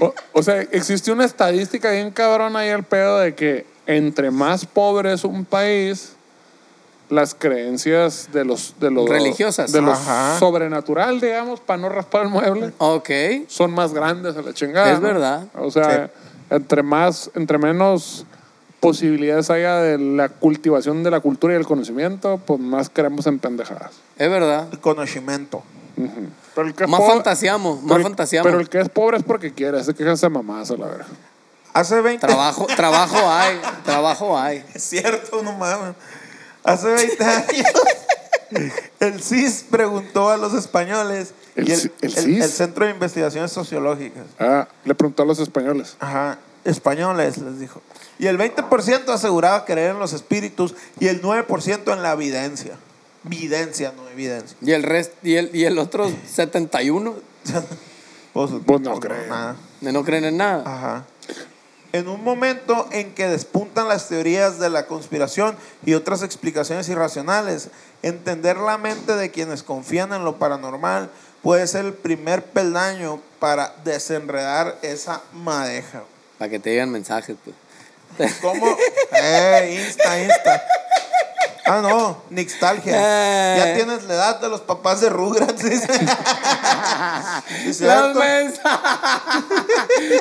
O, o sea, existe una estadística bien cabrón ahí el pedo de que entre más pobre es un país, las creencias de los de los
Religiosas.
de los
Ajá.
sobrenatural digamos para no raspar el mueble
Ok.
son más grandes a la chingada
Es
¿no?
verdad.
o sea entre más entre menos posibilidades haya de la cultivación de la cultura y el conocimiento pues más creemos en pendejadas
Es verdad.
El conocimiento.
pero el que es
Más
pobre-
fantaseamos,
pero
más
el-
fantaseamos.
pero el que es pobre es porque quiere ese que se mamás a la verga
Hace 20
Trabajo, trabajo hay, trabajo hay.
Es cierto, no mames. Hace 20 años, el CIS preguntó a los españoles
El
y
C-
el,
el
el-
CIS.
el Centro de Investigaciones Sociológicas.
ah, le preguntó a los españoles
Ajá, españoles, les dijo. Y el 20% aseguraba creer en los espíritus y el 9% en la evidencia. Videncia, no evidencia.
Y el resto, y el, y el otro 71,
Pues,
Pues no creo.
nada.
de no creen en nada.
Ajá. En un momento en que despuntan las teorías de la conspiración y otras explicaciones irracionales, entender la mente de quienes confían en lo paranormal puede ser el primer peldaño para desenredar esa madeja.
Para que te digan mensajes, pues.
¿Cómo? Eh, insta, insta. Ah, no, Nixtalgia.
Eh.
Ya tienes la edad de los papás de Rugrats, dice. Sí,
Los
cierto.
mensajes.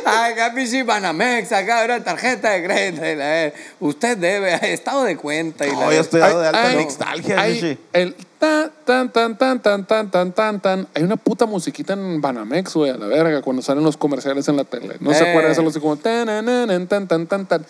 Acá pinche Banamex, acá una tarjeta de crédito. y la ver- Usted debe, estado de cuenta. Y la
No,
ver-
yo estoy dado de alta
Ay,
en
ay,
Nixtalgia,
ay,
Shishi.
El tan, tan, tan, tan, tan, tan, tan, tan, tan. Hay una puta musiquita en Banamex, güey, a la verga, cuando salen los comerciales en la tele. No se
Eh.
acuerdan de eso, así como tan, tan, tan, tan, tan, tan, tan.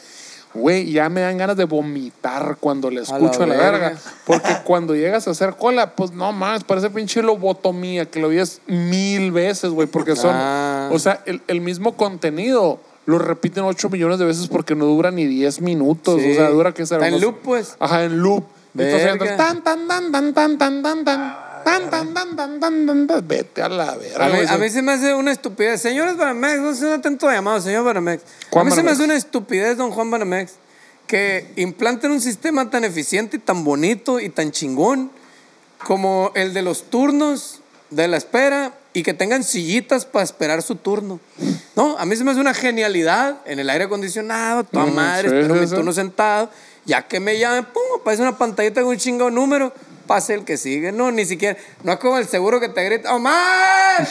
Güey, ya me dan ganas de vomitar cuando le
la
escucho a la, verga.
verga.
Porque cuando llegas a hacer cola, pues no más, parece pinche lobotomía, que lo oyes mil veces, güey, porque son.
Ah.
O sea, el, el mismo contenido lo repiten 8 millones de veces porque no dura ni 10 minutos.
Sí.
O sea, dura que
Está en loop, pues.
Ajá, en loop. Y tú
Verga.
haciendo tan tan tan tan tan tan tan tan tan tan tan tan tan tan tan vete a la verga.
A mí,
güey.
a mí se me hace una estupidez. Señores Banamex, no sean atento a llamado, señor Banamex.
Juan
a mí se me
Banamex.
hace una estupidez, don Juan Banamex, que implanten un sistema tan eficiente y tan bonito y tan chingón como el de los turnos de la espera y que tengan sillitas para esperar su turno. No, a mí se me hace una genialidad en el aire acondicionado, toda
Mm,
madre,
sí,
espero
sí,
mi
sí.
turno sentado, ya que me llamen, pum, aparece una pantallita con un chingado número, pase el que sigue. No, ni siquiera, no es como el seguro que te grita, ¡Omar!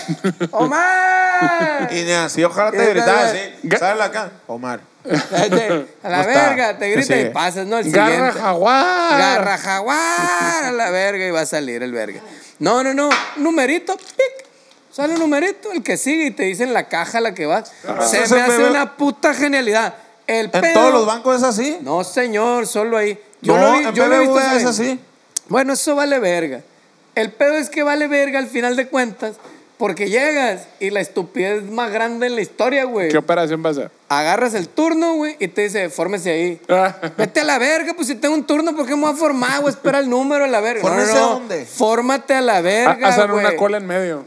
¡Omar!
Y ni así, ojalá te gritara así. Sale acá. Omar.
Este, a la
No está.
verga, te
Que
grita y
sigue.
pasas, ¿no? El
Garra
siguiente.
jaguar.
Garra jaguar a la verga y va a salir el verga. No, no, no. Numerito, pic. Sale un numerito, el que sigue y te dice en la caja a la que vas. Se
Eso
me
Ah, se
hace
ve-
una puta genialidad. El
En
pedo-
todos los bancos es así.
No, señor, solo ahí. Yo
No,
lo vi,
en
yo lo he visto
BBVA es
vez.
así.
Bueno, eso vale verga. El pedo es que vale verga al final de cuentas, porque llegas y la estupidez más grande en la historia, güey.
¿Qué operación va a ser?
Agarras el turno, güey, y te dice, fórmese ahí.
Ah,
Vete a la verga, pues si tengo un turno, ¿por qué me voy a formar, güey? Espera el número a la verga. No, no,
¿Fórmese
no.
a dónde?
Fórmate a la verga,
Hacen
güey.
una cola Eh. en medio.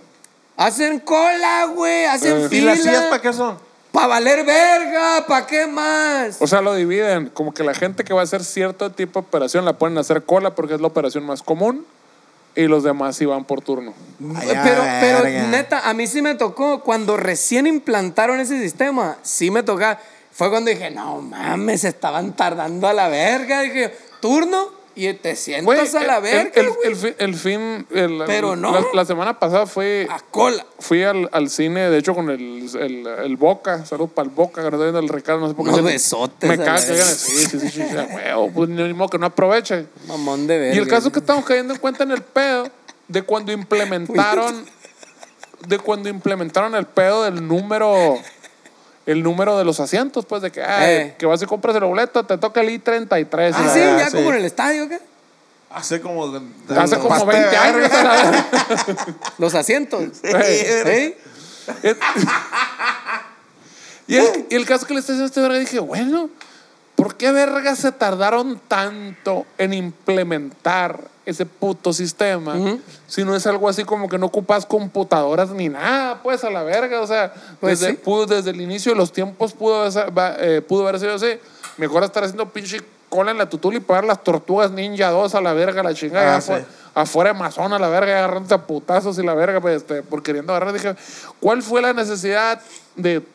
Hacen cola, güey. Hacen
¿Y
fila.
las sillas para qué son?
Pa' valer verga, ¿pa' qué más?
O sea, lo dividen. Como que la gente que va a hacer cierto tipo de operación la pueden hacer cola porque es la operación más común y los demás sí van por turno.
Ay,
Eh, pero,
a
pero
verga.
neta, a mí sí me tocó cuando recién implantaron ese sistema, sí me tocaba. Fue cuando dije, no mames, se estaban tardando a la verga. Dije, turno y te sientas
Güey,
a la
el-
verga,
el, el,
güey,
el fin, el fin- el-
Pero no. Ah,
La, la semana pasada fue
a cola.
Fui al, al cine, de hecho, con el, el, el Boca. Saludos para el Boca, que no está viendo el Ricardo, no sé por qué.
Unos
se-
besotes
Me
a la
caga que
vez.
digan así, sí, sí, sí, sí, a huevo, pues ni modo que no aproveche.
Mamón de verga.
Y el caso es que estamos cayendo en cuenta en el pedo de cuando implementaron, de cuando implementaron el pedo del número, el número de los asientos, pues, de que, ay,
Eh.
que vas y compras el boleto, te toca el I-33.
Ah,
la
sí,
verga.
ya
sí.
como en el estadio, ¿qué?
Hace como.
Hace como
Pastel,
20 años. a la verga.
Los asientos.
verga.
¿Eh?
Es- y, el, y el caso que le estoy haciendo a este verga, dije, bueno, ¿por qué verga se tardaron tanto en implementar ese puto sistema? Si no es algo así como que no ocupas computadoras ni nada, pues a la verga. O sea,
Pues
desde,
sí.
pudo- desde el inicio de los tiempos pudo, haber sa- va- eh, pudo haber sido así. Mejor estar haciendo pinche cola en la tutula y pagar las tortugas ninja 2 a la verga, a la chingada.
Ah,
ya fue-
sí.
afuera de Mazón a la verga, agarrándote a putazos y la verga, pues, este, por queriendo agarrar. Dije, ¿cuál fue la necesidad de.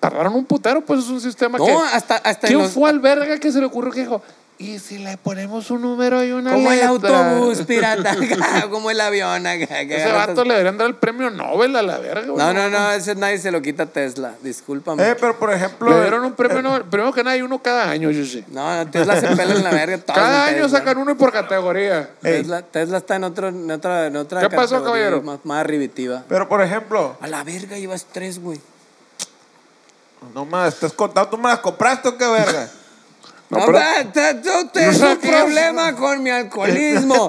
Tardaron un putero, pues es un sistema
No,
que.
hasta- hasta en
¿Quién
los-
fue al verga que se le ocurrió que dijo,
¿Y si le ponemos un número y una
Como el
letra?
autobús pirata, acá, como el avión acá. que
Ese
agarras-
vato le deberían dar el premio Nobel a la verga, güey.
No, no, no, ese nadie se lo quita a Tesla, discúlpame.
Eh, pero por ejemplo.
Le dieron un premio Nobel. Primero que nada, hay uno cada año, yo sé.
No, no, Tesla se pela en la verga. todos
Cada
en
año
Tesla.
sacan uno y por categoría.
Ey,
Tesla, Tesla está en, otro, en otra, en otra
¿Qué pasó,
categoría
caballero?
Más, más arribitiva.
Pero por ejemplo.
A la verga llevas tres, güey.
No más, estás contado, tú me las compraste o qué verga.
No,
No,
pero-
va, te- tú tienes un
Nosotros-
problema con mi alcoholismo.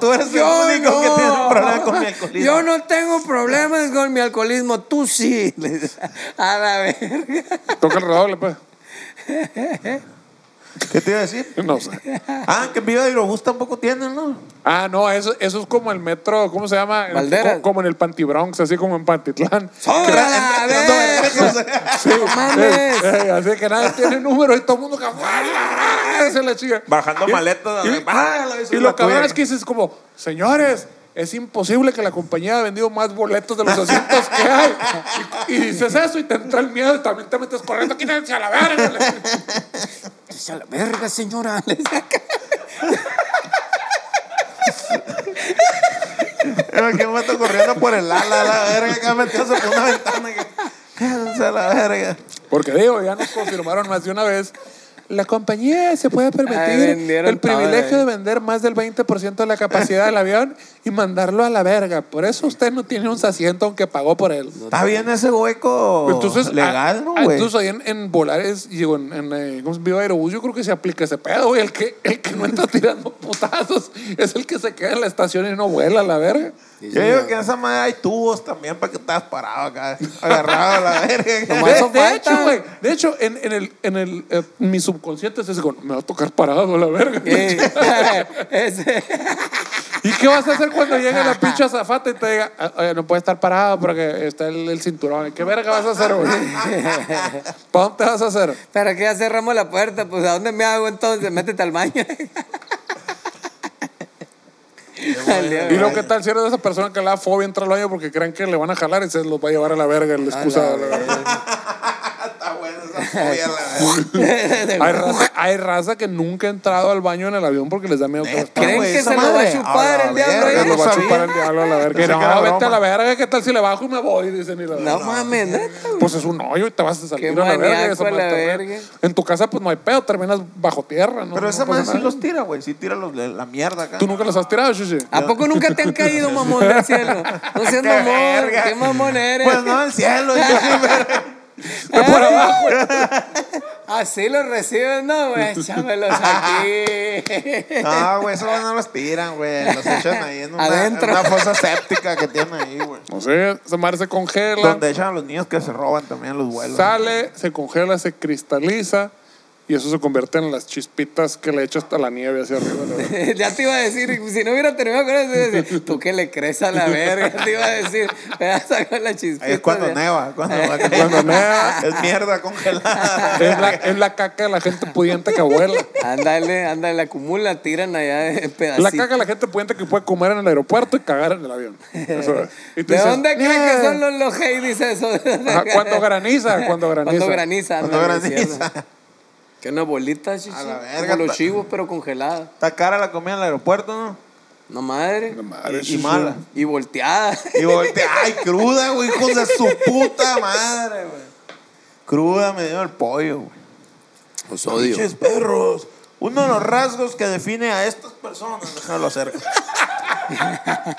Tú eres el
Yo
único que tiene un problema con mi alcoholismo.
Yo no tengo problemas con mi alcoholismo, tú sí. A la verga.
Toca el redoble, pues.
¿Qué te iba a decir?
No sé.
Ah, que en Viva de Aerobús tampoco tienen, ¿no?
Ah, no, eso, eso es como el metro, ¿cómo se llama? El-
Valderas.
co- Como en el Pantibronx, así como en Pantitlán.
¡Sobra la
Entrando
verga!
vergas.
Sí,
¡No mames!
eh, eh, así que nadie tiene número y todo el mundo que ¡Ah! se la chica.
Bajando
Y-
maletas.
Y,
ah, la hizo
y
la
lo cabrón
tuya.
es que dices como, señores, es imposible que la compañía ha vendido más boletos de los asientos que hay. Y, y dices eso y te entra el miedo y también te metes corriendo, quítense a la verga.
¡A la verga, señora! Le saca.
Era que me está corriendo por el ala, la verga, acá metiéndose por una ventana. Que... Quédense a la verga.
Porque digo, ya nos confirmaron más de una vez. La compañía se puede
Ay,
permitir
Ah, vendieron
el privilegio
todo,
de
eh.
vender más del 20% de la capacidad del avión y mandarlo a la verga. Por eso usted no tiene un asiento aunque pagó por él.
Está bien ese hueco
Entonces,
legal,
ah,
¿no,
ah,
güey?
Entonces, ahí en, en Volares, digo, en, en eh, ¿cómo se llama? Viva Aerobús, yo creo que se aplica ese pedo, güey. El que, el que no está tirando putazos es el que se queda en la estación y no vuela, la verga.
Yo digo que en esa madre hay tubos también para que estás parado acá, agarrado a la verga.
Nomás
De,
son
de
faltas.
hecho, güey, de hecho, en, en el, en el, eh, mi subconsciente es ese, como, me va a tocar parado, la verga.
Eh, ese-
¿Y qué vas a hacer cuando llegue la pinche azafata y te diga, "Ah, oye, no puedes estar parado porque está el, el cinturón? ¿Qué verga vas a hacer, güey? ¿Para dónde vas a hacer?
¿Para qué ya cerramos la puerta? Pues ¿a dónde me hago entonces? Métete al baño.
Y luego, ¿qué tal si eres de esa persona que le da fobia entrar al baño porque creen que le van a jalar y se los va a llevar a la verga el excusado? la verga?
Está buena esa polla, la verga.
Hay raza, hay raza que nunca ha entrado al baño en el avión porque les da miedo. que-
Está,
¿Creen
güey,
que
esa
se lo va a
madre.
chupar
la
el
verga,
diablo,
Que
eh?
no
nos va a
sabía.
chupar el diablo a la verga.
Pensé
Que
que era
no, vete
broma.
a la verga, ¿qué tal si le bajo y me voy? Dicen y la verga.
No mames, neta, güey.
Pues es un hoyo y te vas a salir
Qué
a la verga. y
maníaco
eso
a la
puede estar
verga.
bien. En tu casa, pues no hay pedo, terminas bajo tierra, ¿no?
Pero esa
no pasa
madre sí
nada.
los tira, güey. Sí tira los de la mierda acá.
¿Tú nunca los has tirado, Shishi?
¿A poco nunca te han caído, mamón del cielo? No seas
Qué
mamón,
verga.
qué mamón eres.
Pues no, el cielo. yo sí, verga.
Por abajo.
Así los recibes, no, güey, échamelos aquí.
No, güey, esos güeyes no los tiran, güey. Los echan ahí en una,
Adentro.
en una fosa séptica que tienen ahí, güey.
No sé, esa madre se congela.
Donde echan a los niños que se roban también los vuelos.
Sale, se congela, se cristaliza y eso se convierte en las chispitas que le echas a la nieve hacia arriba. la verdad.
Ya te iba a decir, si no hubiera terminado con eso, te iba a decir, tú que le crees a la verga, te iba a decir, me vas a sacar la chispita.
Ahí es cuando
ya.
neva, cuando, va cayendo.
Cuando neva.
Es mierda congelada.
es, la, es la caca de la gente pudiente que vuela.
Ándale, ándale, acumula, tiran allá de pedacitos.
La caca de la gente pudiente que puede comer en el aeropuerto y cagar en el avión. Eso es. Y tú
¿De
dices,
dónde creen
"Nah".
que son los, los Hades esos?
Ajá, cuando graniza, cuando graniza.
Cuando graniza.
Cuando
ándale,
graniza.
cierto. Que una bolita, chichi.
A la verga,
Como
ta-
los chivos, pero congelada.
Está cara la comida en el aeropuerto, ¿no?
No madre.
Madre,
y
sí,
mala.
Y volteada.
Y voltea, ay, cruda, güey, hijos de su puta madre, güey. Cruda me dio el pollo, güey.
Los odio.
Pinches perros. Uno de los rasgos que define a estas personas, déjalo hacer.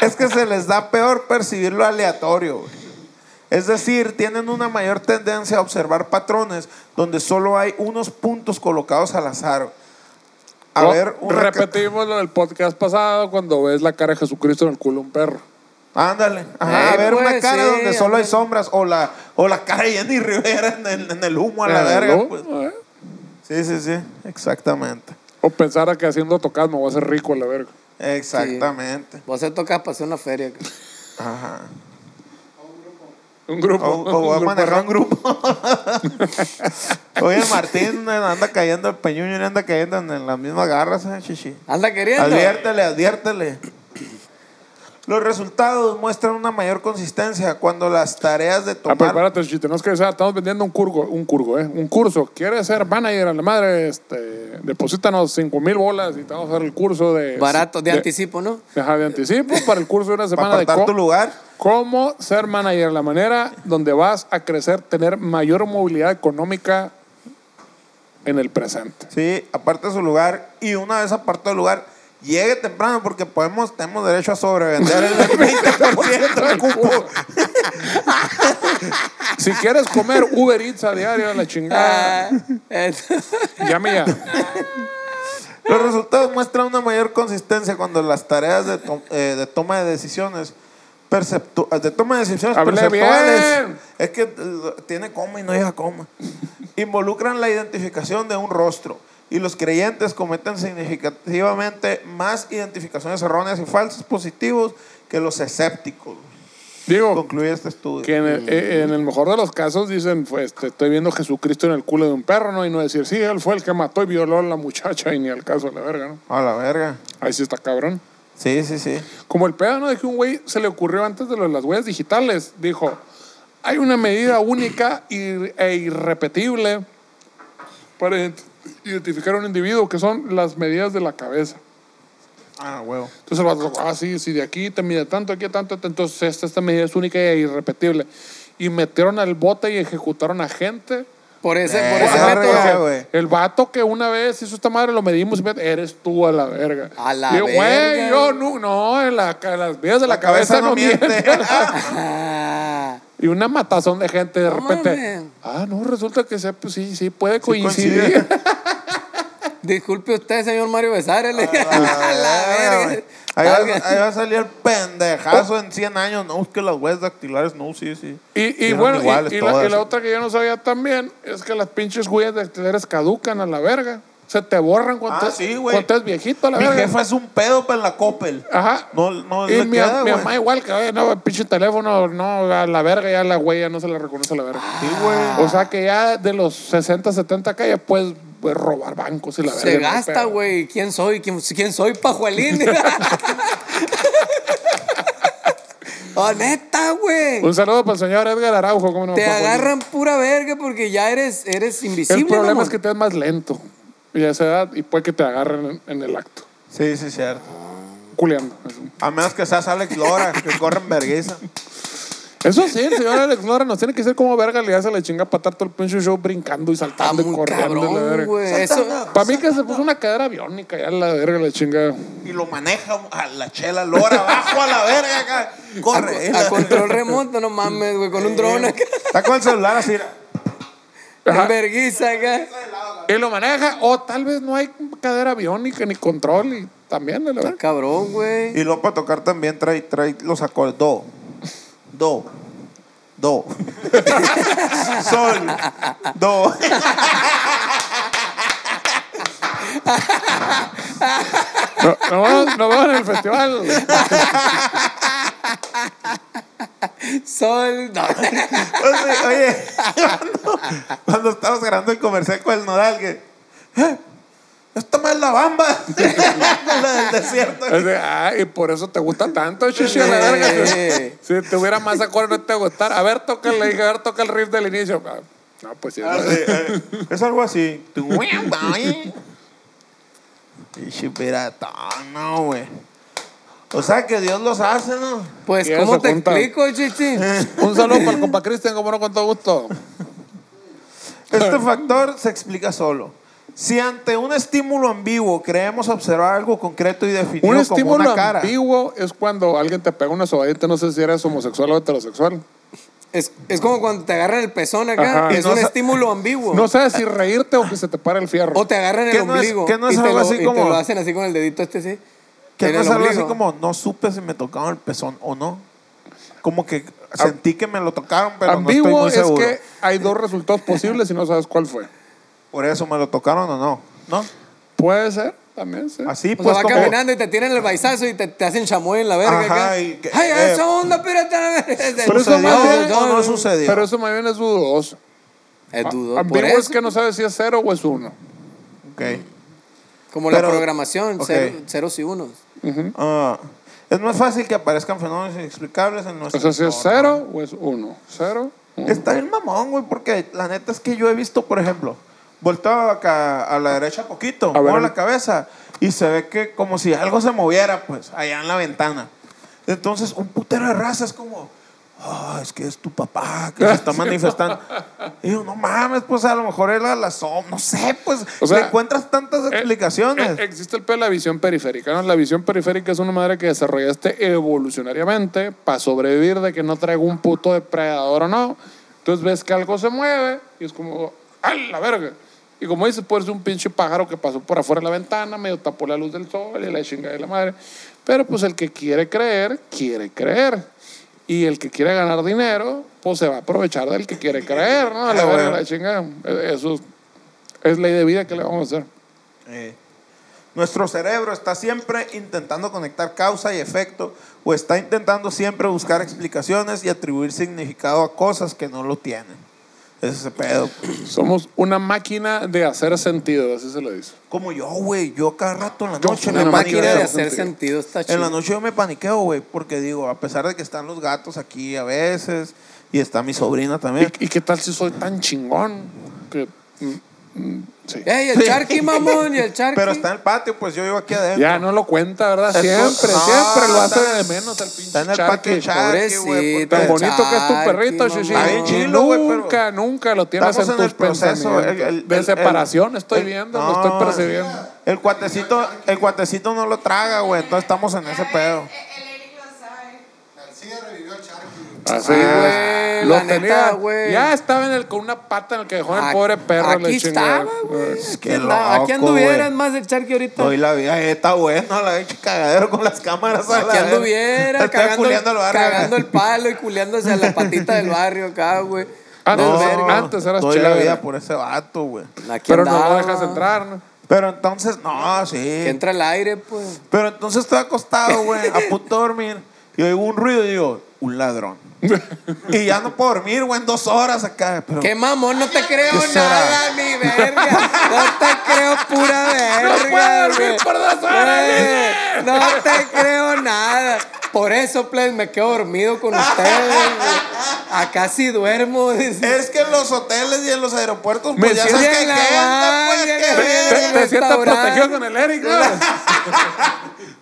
es que se les da peor percibir lo aleatorio. güey. Es decir, tienen una mayor tendencia a observar patrones donde solo hay unos puntos colocados al azar. A
Oh,
ver, una ca-
repetimos lo del podcast pasado cuando ves la cara de Jesucristo en el culo de un perro.
Ándale. Ajá,
Eh,
a ver
pues,
una cara
sí,
donde solo hay
ándale.
sombras o la, o la cara de Jenny Rivera en el, en el humo a la
Ah,
verga.
¿no?
pues.
eh.
Ah,
Sí, sí, sí, exactamente.
O pensar que haciendo tocado me voy a hacer rico a la verga.
Exactamente.
Vos se tocas para hacer una feria. ca-
Ajá.
Un grupo.
O, o voy a
un grupo
manejar un grupo. Oye, Martín eh, anda cayendo, el Peñuño le anda cayendo en en las mismas garras, eh, chichi.
Anda queriendo.
Adviértele, adviértele. Los resultados muestran una mayor consistencia cuando las tareas de
Ah, pero
tomar...
espérate, si tenemos que decir, estamos vendiendo un curgo, un curgo, ¿eh? Un curso. ¿Quieres ser manager a la madre? Este, deposítanos 5 mil bolas y te vamos a dar el curso de.
Barato, de anticipo, ¿no?
Ajá, de anticipo para el curso de una semana
Para
de
apartar
co-
tu lugar.
cómo ser manager, la manera donde vas a crecer, tener mayor movilidad económica en el presente.
Sí, aparte su lugar. Y una vez aparte el lugar, llegue temprano porque podemos, tenemos derecho a sobrevender el 20% del cupo.
Si quieres comer Uber Eats a diario, a la chingada,
Ah, es-
llame ya.
Los resultados muestran una mayor consistencia cuando las tareas de, to- eh, de toma de decisiones perceptu- de toma de decisiones
Hablé
perceptuales
bien.
es que eh, tiene coma y no llega a coma involucran la identificación de un rostro y los creyentes cometen significativamente más identificaciones erróneas y falsos positivos que los escépticos
Digo,
concluye este estudio
que en el, eh, en el mejor de los casos dicen, pues te estoy viendo Jesucristo en el culo de un perro, ¿no? Y no decir, sí, él fue el que mató y violó a la muchacha y ni al caso de la verga, ¿no?
a la verga
Ahí sí está cabrón.
sí, sí, sí
Como el pedo, ¿no? De que un güey se le ocurrió antes de lo de las huellas digitales. Dijo, hay una medida única ir- e irrepetible para ident- identificar a un individuo, que son las medidas de la cabeza.
ah, huevo
Entonces el vato dijo, ah, sí, si de aquí te mide tanto, aquí tanto, entonces esta, esta medida es única e irrepetible. Y metieron al bote y ejecutaron a gente.
por ese, por
Eh,
ese
verga,
método.
güey.
El vato que una vez hizo esta madre lo medimos y me- eres tú a la verga.
A la
Digo,
verga.
güey, yo no, no, en la, ca- las vías de la,
la cabeza, no miente,
Ah,
Y una matazón de gente de
No
repente.
mames.
Ah, no, resulta que se- pues, sí, sí, puede coincidir.
coincide.
disculpe usted, señor Mario Besares. le- a la
Ah,
verga.
güey. Ahí va,
Salga.
ahí va a salir el pendejazo en 100 años. No, es que las huellas dactilares, no, sí, sí.
Y, y
Eran
bueno, y-
iguales
y, la,
todas.
y la otra que yo no sabía también es que las pinches huellas dactilares caducan a la verga. Se te borran cuando,
Ah,
es-
sí, güey.
cuando es viejito a la
Mi
verga. Ah.
jefa es un pedo para la Coppel.
Ajá.
No, no
y
le
mi,
queda,
mi
güey.
mamá igual que, "Oye, no, pinche teléfono, no, a la verga, ya la huella no se la reconoce a la verga.
Sí, güey.
O sea que ya de los 60, 70 acá ya puedes pues, robar bancos y la verga.
Se
no hay
gasta,
pedo.
güey. ¿Quién soy? ¿Quién, quién soy, Pajuelín? oh, neta,
Pues
güey.
Un saludo para el señor Edgar Araujo. ¿cómo no me
Te
acuerdo?
agarran pura verga porque ya eres, eres invisible.
el problema
mamón.
es que te es más lento y a esa edad y puede que te agarren en, en el acto,
Sí, sí, cierto.
culeando. Eso,
A menos que seas Alex Lora, que corren vergüenza.
Eso sí, el señor Alex Lora nos tiene que ser como verga le hace la chinga patar todo el pinche show brincando y
Está
saltando y
muy
corriendo. y la
cabrón,
verga.
güey. Eso,
Para mí que se puso una cadera biónica ya la verga la chinga.
Y lo maneja a la chela Lora, abajo a la verga acá. Corre. eh.
a, a control remoto, no mames, güey. Con un dron acá.
Está con el celular así. mira.
Ajá.
En verguiza acá.
Y lo maneja o tal vez no hay cadera biónica ni control y también a la verga.
Cabrón, güey.
Y luego para tocar también trae, trae los acordes. Do. Do. Do. Sol. Do.
No, no vamos- no vamos en el festival.
Sol. no.
Oye, oye, cuando, cuando estábamos grabando el comercial con el Nodal, que. "Eh, ¡Esta más la bamba! la del desierto.
O sea, ah, y por eso te gusta tanto, chichi, a la verga.
Eh.
Si si tuviera más acuerdo no te gustara. A ver, toca, le dije, a ver, toca el riff del inicio. Ah, No, pues sí.
Ah, sí, eh, es algo así. Tu- Pinche piratón, no, güey. O sea que Dios los hace, ¿no?
Pues,
Y
¿cómo
eso
te
junta.
explico, chichi?
Un saludo para el compa Cristian, como no, con todo gusto.
Este factor se explica solo. Si ante un estímulo ambiguo creemos observar algo concreto y definido
Un
como
estímulo
una cara.
ambiguo es cuando alguien te pega una sobadita, no sé si eres homosexual o heterosexual.
Es, es como cuando te agarran el pezón acá.
Ajá.
Es
Y no
un
sa-
estímulo ambiguo.
No sabes si reírte o que se te para el fierro.
O te agarran el
¿Qué no es-
ombligo.
qué no es
y te
algo
lo,
así
y te
como-
lo hacen así con el dedito este, sí.
Que
En
no
el
es algo así
ombligo.
como, no supe si me tocaron el pezón o no. Como que sentí que me lo tocaron, pero
Ambiguo
no estoy muy
es
seguro.
que hay dos resultados posibles y no sabes cuál fue.
Por eso me lo tocaron o no. ¿No?
Puede ser, también sí.
Así
O
pues
sea, va
como...
caminando y te tiran el baizazo y te, te hacen chamoy en la verga.
Ajá,
acá.
y que-
¡Ay,
eh,
esa onda, pirata!
Pero eso
¿Sucedió
más bien-
o no sucedió?
Pero eso más bien es dudoso.
Es Eh, dudo. Por
Ah, Ambiguo
eso,
es que no sabes si es cero o es uno.
Ok.
como la
pero-
programación,
ok.
cero- ceros y unos.
Ah, Es más fácil que aparezcan fenómenos inexplicables en nuestro
O sea, si Pues es
entorno.
cero o es uno. Cero. uno.
Está bien mamón, güey, porque la neta es que yo he visto, por ejemplo, voltaba acá a la derecha poquito,
A ver,
muevo
a-
la cabeza y se ve que como si algo se moviera, pues, allá en la ventana. Entonces, un putero de raza es como, ah, es que es tu papá que se está manifestando. Y yo, no mames, pues, a lo mejor era la sombra, no sé, pues,
O sea,
le encuentras tantas
Eh,
explicaciones.
eh, existe el pedo de la visión periférica. ¿no? La visión periférica es una madre que desarrollaste evolucionariamente para sobrevivir de que no traiga un puto depredador o no. Entonces ves que algo se mueve y es como, ¡a la verga! Y como dices, puede ser un pinche pájaro que pasó por afuera de la ventana, medio tapó la luz del sol y la chingada de la madre. Pero pues el que quiere creer, quiere creer. Y el que quiere ganar dinero, pues se va a aprovechar del que quiere creer, ¿no? A la
Ah,
verga,
bueno.
la chingada. Eh, Eso es- es ley de vida que le vamos a hacer.
Eh, Nuestro cerebro está siempre intentando conectar causa y efecto o está intentando siempre buscar explicaciones y atribuir significado a cosas que no lo tienen. Ese es el pedo. pues.
Somos una máquina de hacer sentido, así se lo dice.
Como yo, güey, yo cada rato en la
Yo
noche
soy
me
una
La máquina de
paniqueo.
hacer sentido está chido.
En la noche yo me paniqueo, güey, porque digo, a pesar de que están los gatos aquí a veces y está mi sobrina también.
¿Y, y qué tal si soy tan chingón? Que, mm, mm, sí.
¡Ey, el charqui, mamón! ¡Y el charqui!
Pero está en el patio, pues yo vivo aquí adentro.
Ya no lo cuenta, ¿verdad?
Eso-
Siempre,
No,
siempre lo hace
está-
de menos el pinche
está en el
charqui.
patio Charqui, güey, porque-
Pobrecito.
Tan bonito que es tu
Charqui,
perrito,
mamón.
Shishi.
Está bien
Y
chilo, güey, pero-
nunca, nunca lo tienes en tus pensamientos.
el- el-
de
el-
separación
el-
estoy
el-
viendo,
no,
lo estoy percibiendo.
El cuatecito, el cuatecito no lo traga, güey. Entonces estamos en ese pedo.
El Eric lo sabe.
García revivió el charqui.
Así,
güey,
Ah,
es.
la
Lo
neta,
tenía.
güey.
Ya estaba en el, con una pata en el que dejó el
Aquí-
pobre perro.
Aquí
le chingada.
estaba, güey. Aquí
Qué
andaba. Aquí
loco,
anduvieran
güey.
más el charqui ahorita.
Hoy la vida eh, está buena, la hecho cagadero con las cámaras. a la ¿eh?
Aquí
verga.
anduviera
Estoy
cagando,
culiando al barrio,
cagando
güey.
el palo y culeándose a la patita del barrio acá, güey.
Antes-
No,
No,
verga.
antes eras Doy la
chévere.
vida por ese vato, güey.
aquí
ah, Pero no lo
andaba.
dejas entrar, ¿no?
Pero entonces, no, sí.
Que entra el aire, pues.
Pero entonces estoy acostado, güey, a punto de dormir. Y oigo un ruido y digo, un ladrón. y ya no puedo dormir, güey, en dos horas acá. Pero
¡Qué mamón! No te creo
¿Qué será?
nada, ni verga. No te creo pura verga.
No puedo dormir
güey.
por dos horas,
Güey, No te creo nada. Por eso, please, me quedo dormido con ustedes, güey. Acá sí duermo. dice.
Es que en los hoteles y en los aeropuertos,
Me
pues ya sabes
siento
que hay
en la
gente,
baña,
pues, que
Te,
güey.
verga.
te sientes
restaurante.
protegido con el Eric, ¿no?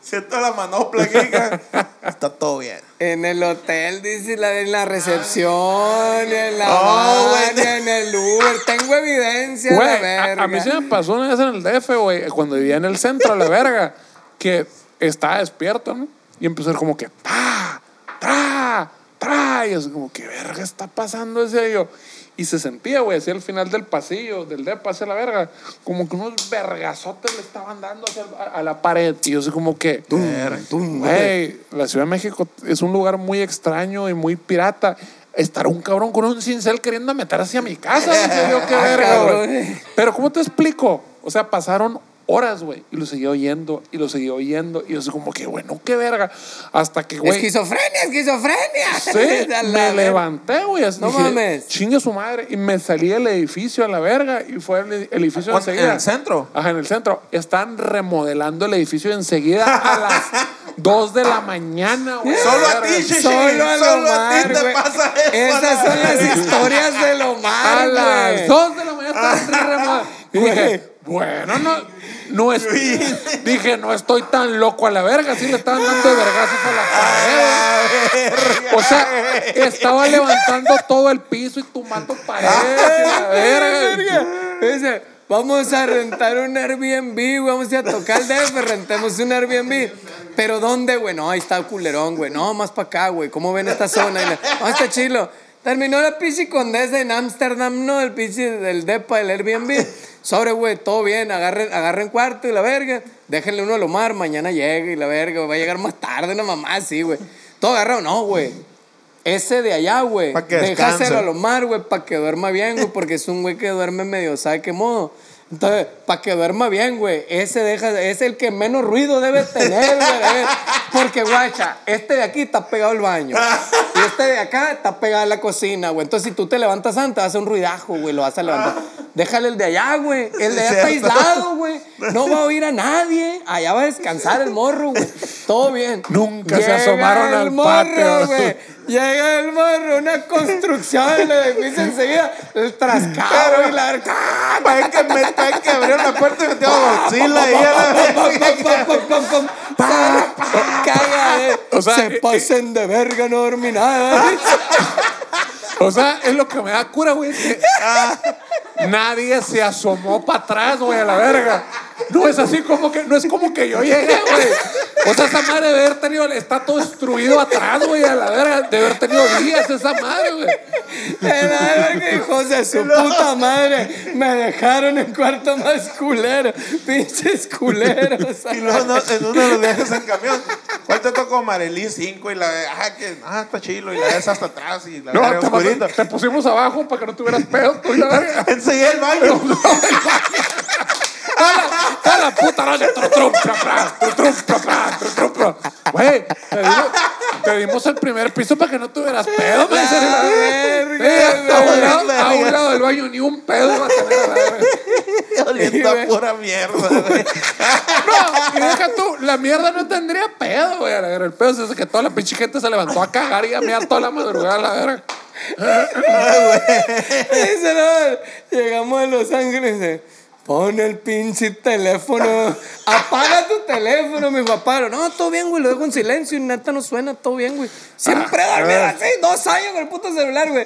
Siento la manopla aquí, hija. Está todo bien.
En el hotel, dice, la, en la recepción, en la
No, güey.
baña, en el Uber. Tengo evidencia,
Oh, Güey,
la
a,
verga.
a mí se me pasó una vez en el DF, güey, cuando vivía en el centro, la verga, que estaba despierto, ¿no? Y empezó a ir como que, tra, tra, tra, y así como, ¿qué verga está pasando ese yo? Y se sentía, güey, así al final del pasillo, del DF hacia la verga, como que unos vergazotes le estaban dando hacia el- a, a la pared. Y yo así como que,
Verga.
Mm,
eh,
Güey, la Ciudad de México es un lugar muy extraño y muy pirata. Estar un cabrón con un cincel queriendo meterse a mi casa. dije yo, qué
Ah,
verga, güey.
cabrón.
Pero ¿cómo te explico? O sea, pasaron horas, güey, y lo seguía oyendo, y lo seguía oyendo, y yo soy como que, bueno, qué verga. Hasta que, güey,
Esquizofrenia, esquizofrenia.
sí,
A la
me
verga.
levanté, güey. así
No
dije,
mames.
Chingue su madre. Y me salí del edificio a la verga, y fue el edificio
¿En
enseguida.
el centro?
Ajá, en el centro. Están remodelando el edificio enseguida a las 2 de la mañana, güey.
Solo a
Verga.
ti, Shishi.
Solo a
Solo a ti
Lomar,
te
güey.
pasa eso.
Esas
la
son las
verga.
historias de Lomar,
A
güey.
las 2 de la mañana están remodelando. Y dije, bueno, no, no es, dije, no estoy tan loco a la verga. Sí le estaban dando de vergazos a la pared. güey. O sea, estaba levantando todo el piso y tumbando paredes. y la verga.
Dice, vamos a rentar un Airbnb, güey, vamos a ir a tocar el DF, rentemos un Airbnb. Pero ¿dónde, güey? No, ahí está el culerón, güey. No, más para acá, güey. ¿Cómo ven esta zona? Y la- No, está chilo. Terminó la pinche condesa en Ámsterdam, ¿no? El pinche del DEPA, el Airbnb. Sobre, güey, todo bien. Agarren, agarren cuarto y la verga. Déjenle uno a Lomar, mañana llega y la verga. güey, Va a llegar más tarde, una mamá sí, güey. Todo agarrado, no, güey. Ese de allá, güey.
Pa' que
Déjaselo
descanse.
a lo mar, güey, para que duerma bien, güey, porque es un güey que duerme medio, ¿sabe qué modo? Entonces, para que duerma bien, güey, ese deja, es el que menos ruido debe tener, güey. debe- Porque, guacha, este de aquí está pegado al baño. Y este de acá está pegado a la cocina, güey. Entonces, si tú te levantas antes, hace un ruidajo, güey, lo vas a levantar. Déjale el de allá, güey. El de allá
Sí,
está
cierto.
aislado, güey. No va a oír a nadie. Allá va a descansar el morro, güey. Todo bien.
Nunca se asomaron
el
al
morro,
patio.
güey. Llega el morro, una construcción, el edificio enseguida, el trascaro y la... ¡Ah!
Parece que, me, parece que abrieron la puerta y metieron a Godzilla ahí a la
Pum, pum, pum, pum, pum, pum. Caga, eh.
O sea,
se
eh,
pasen de verga, no dormí nada.
O sea, es lo que me da cura, güey. que- ah, Nadie se asomó para atrás, güey, a la verga. No es así como que, no es como que yo llegué, güey. O sea, esa madre de haber tenido, está todo destruido atrás, güey, a la verga. De haber tenido días esa madre, güey.
Era verga, hijo de su puta madre. Me dejaron el cuarto más culero. Pinches culeros.
Y luego no, en uno de los viajes en camión, ¿cuál te tocó Marelí 5 y la de, ah, que, ah, está chilo, y la ves hasta atrás y la
No,
verga
te,
oscurito.
te pusimos abajo para que no tuvieras pedo, tú y la verga.
Enseguida el baño.
¡A la puta noche! ¡Tru, tru, pra, pra! ¡Tru, tru, pra, pra! ¡Tru, tru, pra! Güey, te dimos, te dimos el primer piso para que no tuvieras pedo, me dice la
verga,
verga. A un lado-
güey.
a un lado del baño ni un pedo va a tener la verga.
Oliendo
güey.
a pura mierda, güey.
No, y deja tú, la mierda no tendría pedo, güey. a la verga. El pedo es ese que toda la pinche gente se levantó a cagar y a mear toda la madrugada, a la verga.
Dice, no, llegamos a Los Ángeles. dice, Pon el pinche teléfono. Apaga tu teléfono, mi papá. No, todo bien, güey. Lo dejo en silencio y neta no suena. Todo bien, güey. Siempre dormí
Ah.
así. Dos años con el puto celular, güey.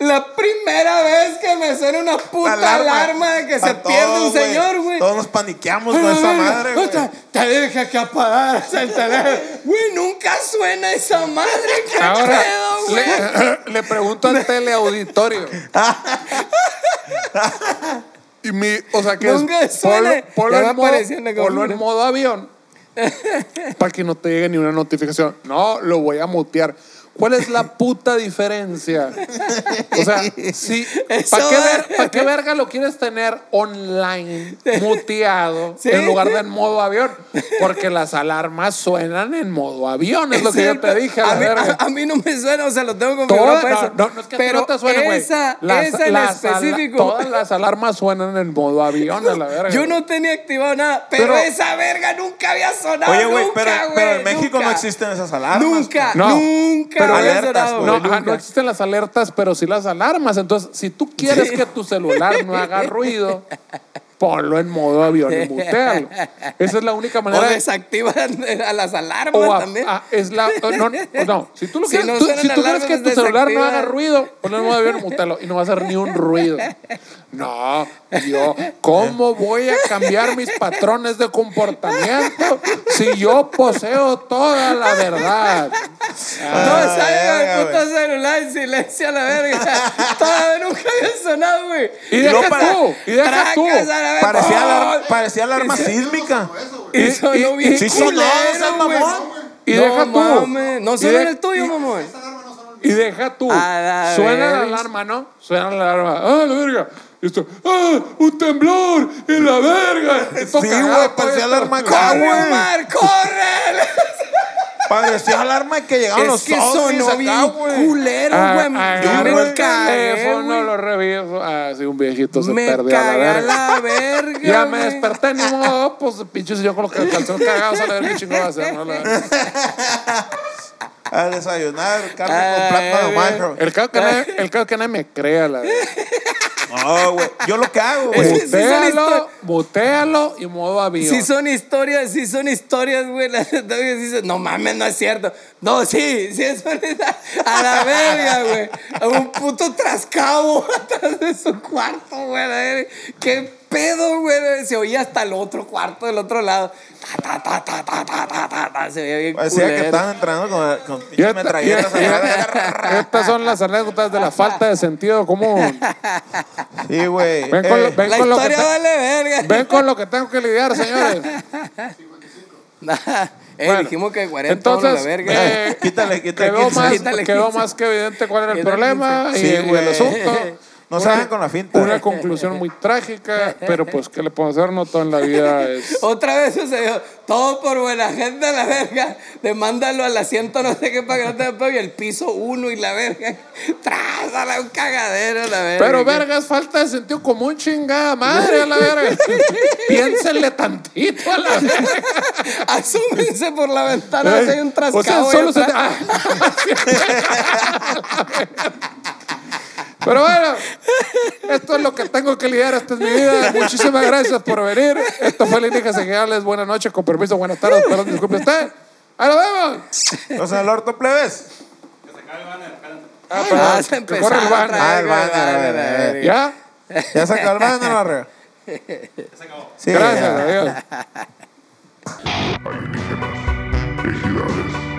La primera vez que me suena una puta alarma, de que
A
se pierde un
todos, güey.
señor, güey.
Todos nos paniqueamos con esa madre, güey.
Puta, Te dije que apagaras el teléfono. Güey, nunca suena esa madre. ¿Qué
Ahora,
pedo, güey?
le, le pregunto al teleauditorio. y mi, o sea, que es-
Nunca suene.
ponlo- ponlo
Ya va
en modo-
apareciendo como
ponlo en
una.
modo avión para que no te llegue ni una notificación. No, lo voy a mutear. ¿Cuál es la puta diferencia? O sea, si, ¿para
Eso
qué,
es.
ver- pa' qué verga lo quieres tener online, muteado,
Sí.
en lugar de en modo avión? Porque las alarmas suenan en modo avión, es, lo que yo
cierto.
te dije. A,
A
la
mí,
verga.
a- a mí no me suena, o sea, lo tengo configurado
Todas,
para
no,
eso.
no, no es que a ti
pues, pero
no te suene, güey.
esa,
Las-
esa en
las ala-
específico.
Todas las alarmas suenan en modo avión, a la verga.
Yo no tenía activado nada, pero,
Pero-
esa verga nunca había sonado.
Oye, güey,
Ah, nunca,
pero,
güey,
pero en México
nunca.
no existen esas alarmas.
Nunca,
No.
nunca
Pero
había
alertas,
sonado.
No,
güey,
ajá, no
nunca.
existen las alertas, pero sí las alarmas. Entonces, si tú quieres que tu celular no haga ruido, ponlo en modo avión y mutealo. Esa es la única
O
manera de
desactivan a las alarmas
o a-
también.
a- es la o no, o no, si tú lo
Si
quieres,
no
tú-
suenan
si tú quieres que
alarmas,
tu celular no haga
desactiva.
ruido, ponlo en modo avión y mutealo y no va a hacer ni un ruido. No, yo ¿cómo voy a cambiar mis patrones de comportamiento si yo poseo toda la verdad?
Todo sale
verga,
con el Ah, puto celular en silencio a la verga. Todavía nunca había sonado, güey.
Y deja
no para-
tú, y deja tú.
Tracas a la verga.
Parecía, alar-
¡Ay!
parecía alarma sísmica.
Y,
Y-
sonó
y-
bien
y- Sí
sonó,
culero,
o sea,
güey.
mamón.
Y
no,
deja tú.
mames, No
Y
sonó
de-
en el tuyo, mamón.
Y deja tú.
A la
Suena la
verga.
alarma, ¿no? Suena la alarma. ¡Ah, la verga! Y esto, ¡ah! ¡Un temblor! ¡Y la verga! Y todo cagado,
Sí,
pues,
güey,
todo
pues,
parecía
esto.
alarma acá,
¡Corre,
güey.
Omar, corre!
Parecía alarma que llegaban
Es
los
que
zombies
sonó
acá,
bien
güey.
culero,
Ah,
güey. em, Yo
agarro
me
el teléfono,
cagué,
lo reviso. Ah, sí, un viejito se
güey. Me
perdió a la
cagué a
verga.
la verga,
Ya me
güey.
desperté, ni modo, pues pinche yo con los calzones cagados a la verga, qué chingo va a hacer, ¿no? La verga.
A desayunar, carne
Ah,
con plátano
eh,
macho.
El caso que nadie, el caso que nadie me crea, la verga.
No, güey. Yo lo que hago,
Es
güey.
que- Pues, sí son
Mutealo,
histo-
mutealo y modo avión.
Si son historias, si son historias, güey. las de hoy dices, no mames, no es cierto. No, sí, sí es verdad. A la verga, güey. A un puto trascabo atrás de su cuarto, güey. a la verga. Qué pedo, güey. Se oía hasta el otro cuarto del otro lado. Ta, ta, ta, ta, ta, ta, ta, ta, ta. Se veía bien
Parecía que
culero.
estaban entrando con, con
Y
pinches
esta- y
metralletas.
esta- y Estas son las anécdotas de la falta de sentido común.
Sí, güey.
Ven con, lo-
Eh,
ven
La
con lo que
historia
te-
vale verga.
ven con lo que tengo que lidiar, señores.
eh,
Bueno,
dijimos que 40
Entonces,
la verga.
eh,
Quítale, quítale,
quedó,
quince.
más,
Quítale
quedó
quince.
más que evidente cuál era el
Quítale
problema y,
quince. Sí,
y el
güey.
asunto.
No se hagan con la finta.
Una conclusión muy trágica, pero pues, ¿qué le podemos hacer? No todo en la vida es...
Otra vez sucedió. Todo por buena gente, la verga. Demándalo al asiento, no sé qué, para que no te pegue. Y el piso uno y la verga. Trásala, un cagadero, la verga.
Pero vergas, falta de sentido común, chingada madre, a la verga. Piénsenle tantito a la verga.
Asúmense por la ventana, si hay un
eh, O
trascado.
sea, solo
ahí
se...
atrás.
Ah. Pero bueno, esto es lo que tengo que lidiar. Esta es mi vida. Muchísimas gracias por venir. Esto fue Líneas Generales. Buenas noches, con permiso, buenas tardes. Perdón, disculpe usted. ¡Ahí nos vemos!
Entonces, el orto plebes.
Ah,
Ay,
perdón,
vas a
que
empezar
corre el
otra
banner.
vez,
Ah, el banner,
la
a ver, a ver.
verga.
¿Ya?
Ya se acabó el mano, la rega. Sí,
Gracias,
ya.
adiós.
alienígenas, ejidales.